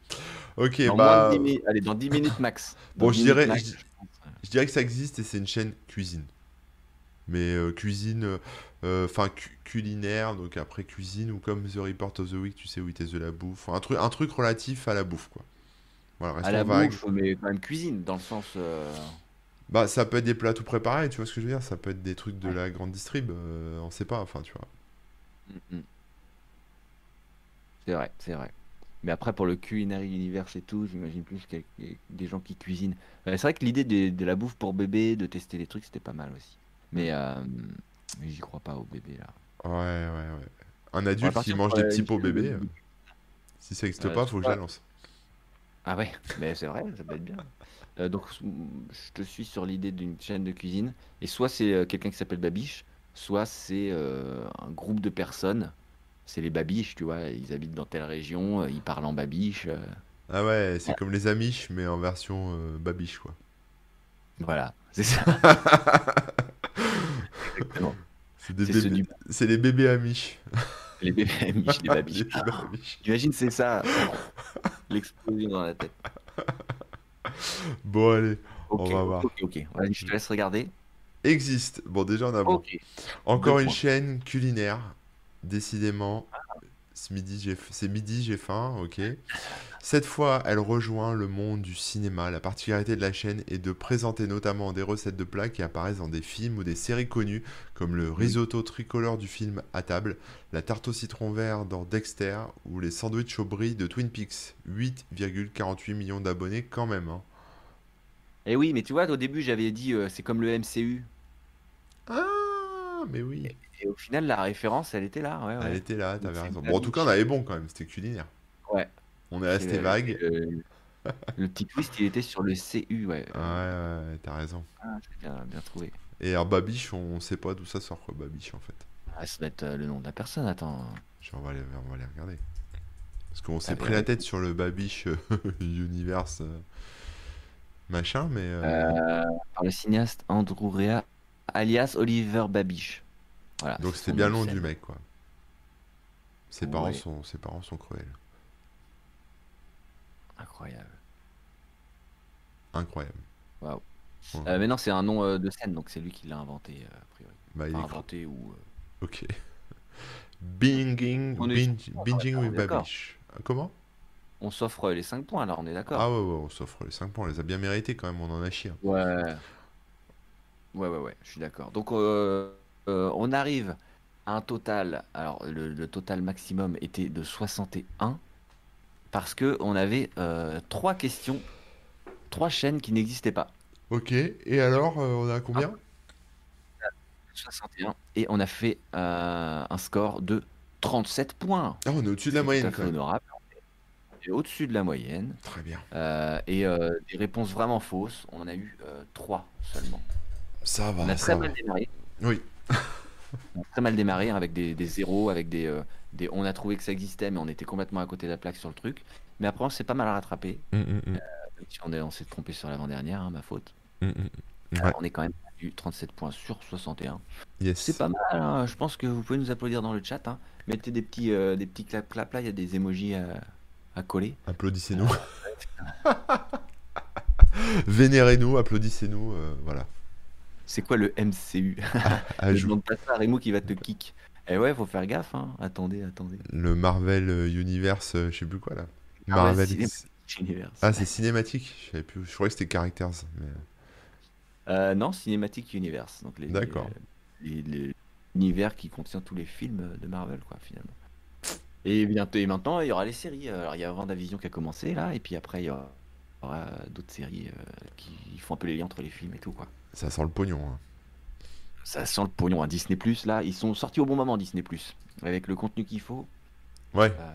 Speaker 1: Ok,
Speaker 2: Dans moins
Speaker 1: bah,
Speaker 2: de 10 minutes- Allez, dans 10 minutes max.
Speaker 1: Bon,
Speaker 2: Dans
Speaker 1: je
Speaker 2: 10 minutes
Speaker 1: dirais-
Speaker 2: max,
Speaker 1: je- Ah,
Speaker 2: pense.
Speaker 1: je dirais que ça existe et c'est une chaîne cuisine. Mais euh, cuisine, euh, enfin culinaire, donc après cuisine ou comme The Report of the Week, tu sais où était de la bouffe. Un truc, un truc relatif à la bouffe, quoi. Voilà,
Speaker 2: À
Speaker 1: restons
Speaker 2: la
Speaker 1: vagues.
Speaker 2: bouffe, mais quand même cuisine, dans le sens. euh,
Speaker 1: Bah, ça peut être des plats tout préparés, tu vois ce que je veux dire? Ça peut être des trucs de
Speaker 2: Ouais.
Speaker 1: la grande distrib, euh, on sait pas, enfin, tu vois.
Speaker 2: mm, mm. C'est vrai, c'est vrai. Mais après, pour le culinary universe et tout, j'imagine plus qu'il y a des gens qui cuisinent. Euh, C'est vrai que l'idée des- de, la bouffe pour bébé, de tester des trucs, c'était pas mal aussi. Mais, euh, mais j'y crois pas au bébé là.
Speaker 1: Ouais, ouais, ouais. Un
Speaker 2: On va
Speaker 1: adulte qui
Speaker 2: partir
Speaker 1: mange
Speaker 2: sur,
Speaker 1: des
Speaker 2: euh,
Speaker 1: petits
Speaker 2: une
Speaker 1: pots
Speaker 2: chaîne de
Speaker 1: bébés, euh,
Speaker 2: YouTube.
Speaker 1: si ça existe
Speaker 2: Euh,
Speaker 1: pas,
Speaker 2: je
Speaker 1: faut que
Speaker 2: sais
Speaker 1: je la
Speaker 2: pas.
Speaker 1: lance.
Speaker 2: Ah ouais, mais c'est vrai, ça peut être bien. Euh, donc, je te suis sur l'idée d'une chaîne de cuisine. Et soit c'est euh, quelqu'un qui s'appelle Babiche, soit c'est euh, un groupe de personnes. C'est les Babiches, tu vois. Ils habitent dans telle région, euh, ils parlent en Babiche. euh,
Speaker 1: Ah ouais, c'est
Speaker 2: Ouais.
Speaker 1: comme les Amish, mais en version euh, babiche, quoi.
Speaker 2: voilà, c'est ça. Exactement.
Speaker 1: C'est des
Speaker 2: C'est ceux
Speaker 1: bébés-
Speaker 2: du-
Speaker 1: c'est les bébés Amish.
Speaker 2: Les bébés Amish, les
Speaker 1: Les
Speaker 2: Babiches.
Speaker 1: bébés Amish.
Speaker 2: J'imagine c'est ça, l'explosion dans la tête.
Speaker 1: Bon, allez,
Speaker 2: Ok,
Speaker 1: va voir.
Speaker 2: ok, ok. Voilà, je te laisse regarder.
Speaker 1: existe. Bon, déjà, on a Ah bon.
Speaker 2: Ok.
Speaker 1: Encore
Speaker 2: Oh, deux
Speaker 1: une
Speaker 2: points.
Speaker 1: chaîne culinaire, décidément. Ce midi, j'ai f- C'est midi, j'ai faim, ok. Cette fois, elle rejoint le monde du cinéma. La particularité de la chaîne est de présenter notamment des recettes de plats qui apparaissent dans des films ou des séries connues, comme le risotto tricolore du film À table, la tarte au citron vert dans Dexter ou les sandwichs au brie de Twin Peaks. 8,48 millions d'abonnés quand même. hein.
Speaker 2: Et oui, mais tu vois, au début, j'avais dit euh, c'est comme le MCU.
Speaker 1: Ah, mais oui.
Speaker 2: Et au final, la référence, elle était là. Ouais, Ah ouais.
Speaker 1: Elle était là, t'avais
Speaker 2: c'est
Speaker 1: raison.
Speaker 2: une
Speaker 1: Bon, en tout
Speaker 2: habitude.
Speaker 1: cas, on avait bon quand même, c'était culinaire.
Speaker 2: Ouais.
Speaker 1: On est resté
Speaker 2: Euh,
Speaker 1: vague.
Speaker 2: euh, le petit twist, il était sur le CU, ouais.
Speaker 1: Ah Ouais, ouais, ouais, t'as raison.
Speaker 2: Ah, c'est bien, bien trouvé.
Speaker 1: Et alors, Babiche, on sait pas d'où ça sort, quoi, Babiche, en fait.
Speaker 2: Ah, ça doit être euh, le nom de la personne, attends.
Speaker 1: Genre, on va aller, on va aller regarder. Parce qu'on s'est
Speaker 2: Ah,
Speaker 1: pris
Speaker 2: ouais.
Speaker 1: la tête sur le Babiche euh, Universe euh, machin, mais. euh,
Speaker 2: Euh, par le cinéaste Andrew Rea, alias Oliver Babiche. Voilà,
Speaker 1: donc,
Speaker 2: c'est
Speaker 1: c'était
Speaker 2: son
Speaker 1: bien
Speaker 2: nom
Speaker 1: long
Speaker 2: de
Speaker 1: du
Speaker 2: scène.
Speaker 1: mec, quoi. Ses parents,
Speaker 2: Ouais.
Speaker 1: sont, ses parents sont cruels.
Speaker 2: Incroyable.
Speaker 1: Incroyable.
Speaker 2: Waouh.
Speaker 1: Ouais.
Speaker 2: Euh, mais non, c'est un nom euh, de scène, donc c'est lui qui l'a inventé, euh, a priori.
Speaker 1: Bah, il
Speaker 2: Enfin,
Speaker 1: est cru-
Speaker 2: inventé ou. euh,
Speaker 1: Ok. Binging,
Speaker 2: On est-
Speaker 1: binge- binging
Speaker 2: on est
Speaker 1: with
Speaker 2: d'accord.
Speaker 1: Babiche. Comment
Speaker 2: On s'offre euh, les 5 points, alors on est d'accord.
Speaker 1: Ah ouais, ouais, on s'offre les 5 points, on les a bien mérités quand même, on en a chié. hein.
Speaker 2: Ouais. Ouais, ouais, ouais, je suis d'accord. Donc, euh, euh, on arrive à un total. Alors, le, le total maximum était de 61 parce que on avait euh, trois questions, trois chaînes qui n'existaient pas.
Speaker 1: Ok, et alors, euh, on a combien
Speaker 2: Ah. 61. Et on a fait euh, un score de 37 points.
Speaker 1: Ah, on est au-dessus de la
Speaker 2: C'est tout à
Speaker 1: moyenne
Speaker 2: fait
Speaker 1: quand même.
Speaker 2: honorable. On est au-dessus de la moyenne.
Speaker 1: Très bien.
Speaker 2: Euh, et euh, des réponses vraiment fausses, on en a eu 3 seulement.
Speaker 1: Ça va,
Speaker 2: On a
Speaker 1: Ah, ça
Speaker 2: très
Speaker 1: va.
Speaker 2: mal démarré.
Speaker 1: Oui,
Speaker 2: On a très mal démarré hein, avec des, des zéros, avec des, euh, des. On a trouvé que ça existait, mais on était complètement à côté de la plaque sur le truc. Mais après, on s'est pas mal rattrapé. Même si on est- on s'est trompé sur l'avant-dernière, hein, ma faute.
Speaker 1: Ouais.
Speaker 2: Alors, on est quand même à du 37 points sur 61.
Speaker 1: yes.
Speaker 2: C'est pas mal. hein. Je pense que vous pouvez nous applaudir dans le chat. hein. Mettez des petits, euh, des petits clap clap là. Il y a des emojis à, à coller.
Speaker 1: Applaudissez-nous. Vénérez-nous, applaudissez-nous, euh, voilà.
Speaker 2: C'est quoi le MCU
Speaker 1: Ah,
Speaker 2: Je
Speaker 1: je-
Speaker 2: demande pas ça à Remo qui va te kick. Eh ouais, faut faire gaffe. hein. Attendez, attendez.
Speaker 1: Le Marvel euh, Universe, euh, je sais plus quoi là.
Speaker 2: Marvel
Speaker 1: Marvel.
Speaker 2: Cinématique Universe.
Speaker 1: Ah, c'est cinématique Je savais plus. Je croyais que c'était Characters. mais-
Speaker 2: Euh, non, Cinematic Universe. Donc les,
Speaker 1: D'accord.
Speaker 2: les- les- L'univers qui contient tous les films de Marvel, quoi, finalement. Et bientôt, et maintenant, il y aura les séries. Alors, il y a WandaVision qui a commencé, là, et puis après, il y aura, il y aura d'autres séries euh, qui font un peu les liens entre les films et tout, quoi.
Speaker 1: Ça sent le pognon. hein.
Speaker 2: hein. Ça sent le pognon. à Disney, là, ils sont sortis au bon moment, Disney, avec le contenu qu'il faut.
Speaker 1: Ouais.
Speaker 2: Euh,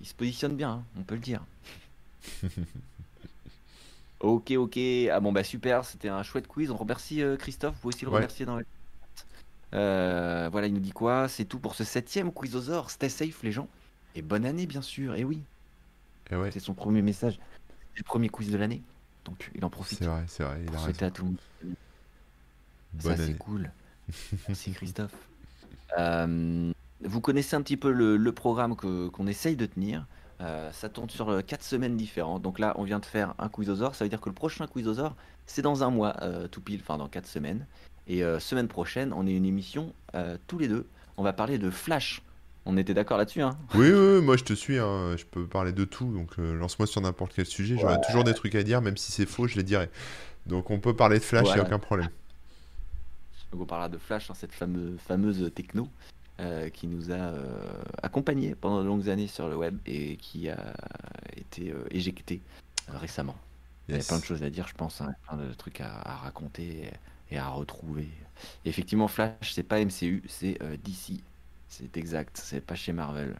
Speaker 2: il se positionne bien, hein, on peut le dire. ok, ok. Ah bon, bah super, c'était un chouette quiz. On remercie euh, Christophe, vous pouvez aussi le
Speaker 1: Ouais.
Speaker 2: remercier dans le chat. Euh, voilà, il nous dit quoi C'est tout pour ce septième quizosaur. Stay safe, les gens. Et bonne année, bien sûr. Et oui,
Speaker 1: Et Eh ouais,
Speaker 2: c'est son premier message. C'est le premier quiz de l'année. Donc, il en profite
Speaker 1: c'est vrai, c'est vrai. Il
Speaker 2: pour
Speaker 1: a raison.
Speaker 2: souhaiter à tout le monde.
Speaker 1: Bonne
Speaker 2: Ça, c'est
Speaker 1: année.
Speaker 2: cool. Merci Christophe. Euh, vous connaissez un petit peu le, le programme que- qu'on essaye de tenir. Euh, ça tourne sur euh, quatre semaines différentes. Donc là, on vient de faire un quizosaur. Ça veut dire que le prochain quizosaur, c'est dans un mois, euh, tout pile, enfin dans quatre semaines. Et euh, semaine prochaine, on est une émission euh, tous les deux. On va parler de Flash. On était d'accord là-dessus, hein
Speaker 1: Oui, oui, oui, moi je te suis, hein, je peux parler de tout, donc euh, lance-moi sur n'importe quel sujet, j'aurai toujours des trucs à dire, même si c'est faux, je les dirai. Donc on peut parler de Flash, il
Speaker 2: Voilà.
Speaker 1: a aucun problème.
Speaker 2: Donc on parlera de Flash, hein, cette fameuse, fameuse techno euh, qui nous a euh, accompagnés pendant de longues années sur le web et qui a été euh, éjectée euh, récemment. Il y a
Speaker 1: Yes.
Speaker 2: plein de choses à dire, je pense, hein, plein de trucs à, à raconter et à retrouver. Et effectivement, Flash, c'est pas MCU, c'est euh, DC. C'est exact, c'est pas chez Marvel.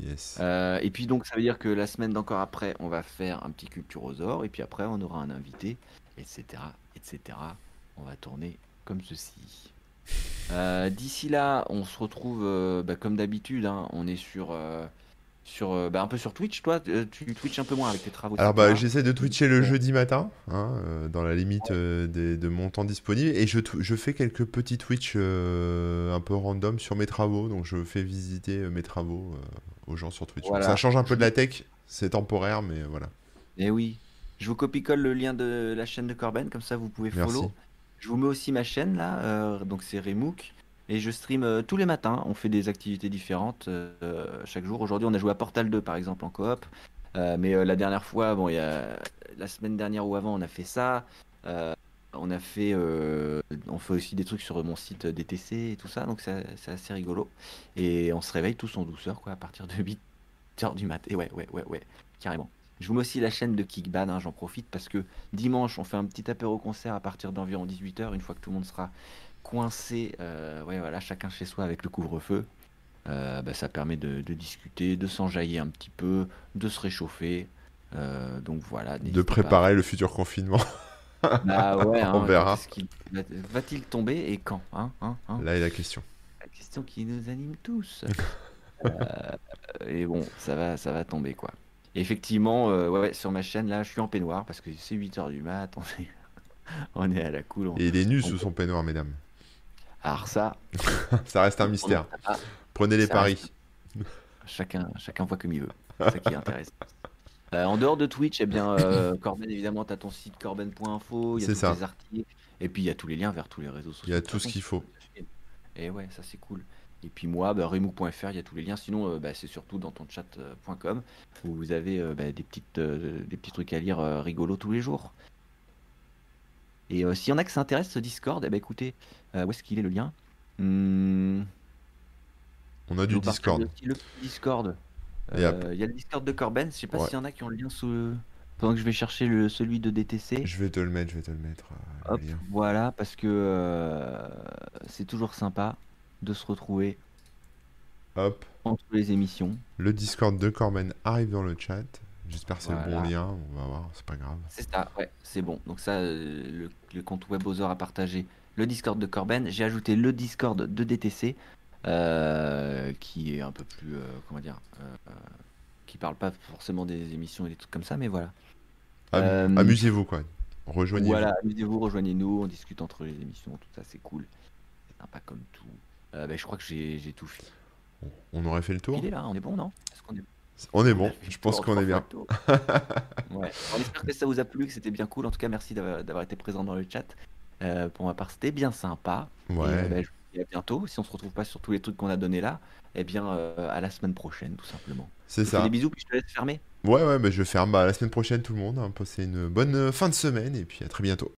Speaker 1: Yes.
Speaker 2: Euh, et puis donc, ça veut dire que la semaine d'encore après, on va faire un petit culturosaure, et puis après, on aura un invité, etc., etc. On va tourner comme ceci. Euh, D'ici là, on se retrouve euh, bah, comme d'habitude. hein, on est sur, euh, sur euh, bah, un peu sur Twitch. Toi, euh, tu Twitch un peu moins avec tes travaux.
Speaker 1: Alors
Speaker 2: etc.
Speaker 1: bah j'essaie de twitcher le
Speaker 2: hein. Ouais.
Speaker 1: jeudi matin, hein, euh, dans la limite euh, des- de mon temps disponible, et je, tw- je fais quelques petits twitch euh, un peu random sur mes travaux, donc je fais visiter euh, mes travaux euh, aux gens sur Twitch. Donc
Speaker 2: Voilà.
Speaker 1: ça change un peu de la tech, c'est temporaire, mais voilà.
Speaker 2: Eh oui. Je vous copie-colle le lien de la chaîne de Corben, comme ça vous pouvez
Speaker 1: Merci.
Speaker 2: follow. Je vous mets aussi ma chaîne là, euh, donc c'est Remook. Et je stream euh, tous les matins, on fait des activités différentes euh, chaque jour. Aujourd'hui on a joué à Portal 2 par exemple en coop. Euh, mais euh, la dernière fois, bon, il y a... la semaine dernière ou avant on a fait ça. Euh, on a fait, euh, on fait aussi des trucs sur mon site DTC et tout ça, donc ça- c'est assez rigolo. Et on se réveille tous en douceur quoi, à partir de 8h du matin. Et ouais, ouais, ouais, ouais, carrément. Je vous mets aussi la chaîne de Kickban, hein, j'en profite parce que dimanche, on fait un petit apéro concert à partir d'environ 18h, une fois que tout le monde sera coincé, euh, ouais, voilà, chacun chez soi avec le couvre-feu. Euh, bah, ça permet de, de discuter, de s'enjailler un petit peu, de se réchauffer. Euh, donc voilà.
Speaker 1: De
Speaker 2: n'hésitez pas.
Speaker 1: préparer le futur confinement.
Speaker 2: Bah ouais, hein,
Speaker 1: On verra.
Speaker 2: est-ce qu'il- Va-t-il tomber et quand hein, hein, hein
Speaker 1: Là est la question.
Speaker 2: la question qui nous anime tous. Euh, et bon, ça va, ça va tomber quoi. Et effectivement, euh, ouais, ouais, sur ma chaîne là, je suis en peignoir parce que c'est 8h du mat, on est, on est à la cool. on-
Speaker 1: Et il est nu
Speaker 2: On
Speaker 1: sous
Speaker 2: peut-
Speaker 1: son peignoir, mesdames.
Speaker 2: Alors ça,
Speaker 1: Ça reste un mystère.
Speaker 2: Ah.
Speaker 1: Prenez les
Speaker 2: Ça
Speaker 1: paris.
Speaker 2: chacun, chacun voit comme il veut. C'est ça qui intéresse. Euh, en dehors de Twitch, eh bien, euh, Corben, évidemment, tu as ton site corben.info, il y a
Speaker 1: C'est
Speaker 2: tous
Speaker 1: ça.
Speaker 2: les articles, et puis il y a tous les liens vers tous les réseaux sociaux.
Speaker 1: Il y a
Speaker 2: De toute
Speaker 1: tout ce
Speaker 2: façon,
Speaker 1: qu'il faut.
Speaker 2: Et ouais, ça c'est cool. Et puis moi, bah, remook.fr, il y a tous les liens. Sinon, euh, bah, c'est surtout dans ton chat.com où vous avez euh, bah, des, petites, euh, des petits trucs à lire euh, rigolos tous les jours. Et euh, s'il y en a qui s'intéressent, ce Discord, eh ben, écoutez, euh, où est-ce qu'il est le lien Hmm,
Speaker 1: On a
Speaker 2: je
Speaker 1: du
Speaker 2: vous partage
Speaker 1: Discord.
Speaker 2: aussi Le, petit Discord. Euh,
Speaker 1: Et
Speaker 2: Il
Speaker 1: hop.
Speaker 2: y a le Discord de Corben. Je sais pas
Speaker 1: Ouais.
Speaker 2: s'il y en a qui ont le lien sous le- pendant que je vais chercher le, celui de DTC.
Speaker 1: Je vais te le mettre, je vais te le mettre. euh, le
Speaker 2: Hop,
Speaker 1: lien.
Speaker 2: voilà, parce que euh, c'est toujours sympa de se retrouver
Speaker 1: Hop.
Speaker 2: entre les émissions.
Speaker 1: Le Discord de Corben arrive dans le chat. J'espère que c'est le bon
Speaker 2: Voilà.
Speaker 1: lien. On va voir, c'est pas grave.
Speaker 2: C'est ça, ouais, c'est bon. Donc ça, euh, le, le compte WebOzor a partagé le Discord de Corben. J'ai ajouté le Discord de DTC, euh, qui est un peu plus, euh, comment dire, euh, euh, qui parle pas forcément des émissions et des trucs comme ça, mais voilà.
Speaker 1: Am-
Speaker 2: Euh,
Speaker 1: Amusez-vous, quoi. Rejoignez-vous.
Speaker 2: Voilà, amusez-vous, rejoignez-nous, on discute entre les émissions, tout ça, c'est cool. C'est sympa comme tout. Euh, ben, je crois que j'ai j'ai tout fait.
Speaker 1: On aurait fait le tour.
Speaker 2: Il est là, on est bon, non Est-ce qu'on est
Speaker 1: On est
Speaker 2: On a
Speaker 1: bon.
Speaker 2: fait
Speaker 1: Je
Speaker 2: le tour
Speaker 1: pense
Speaker 2: en
Speaker 1: qu'on
Speaker 2: trois
Speaker 1: est bien.
Speaker 2: fois le tour. Ouais. On espère que ça vous a plu, que c'était bien cool. En tout cas, merci d'avoir d'avoir été présent dans le chat. Euh, pour ma part, c'était bien sympa. Et, euh,
Speaker 1: Ouais.
Speaker 2: bah, je vous dis à bientôt. Si on se retrouve pas sur tous les trucs qu'on a donnés là, eh bien, euh, à la semaine prochaine, tout simplement.
Speaker 1: C'est
Speaker 2: Je vous fais
Speaker 1: ça.
Speaker 2: des bisous, puis je te laisse fermer.
Speaker 1: Ouais, ouais, bah, je ferme. Bah, à la semaine prochaine, tout le monde. hein. Passez une bonne euh, fin de semaine et puis à très bientôt.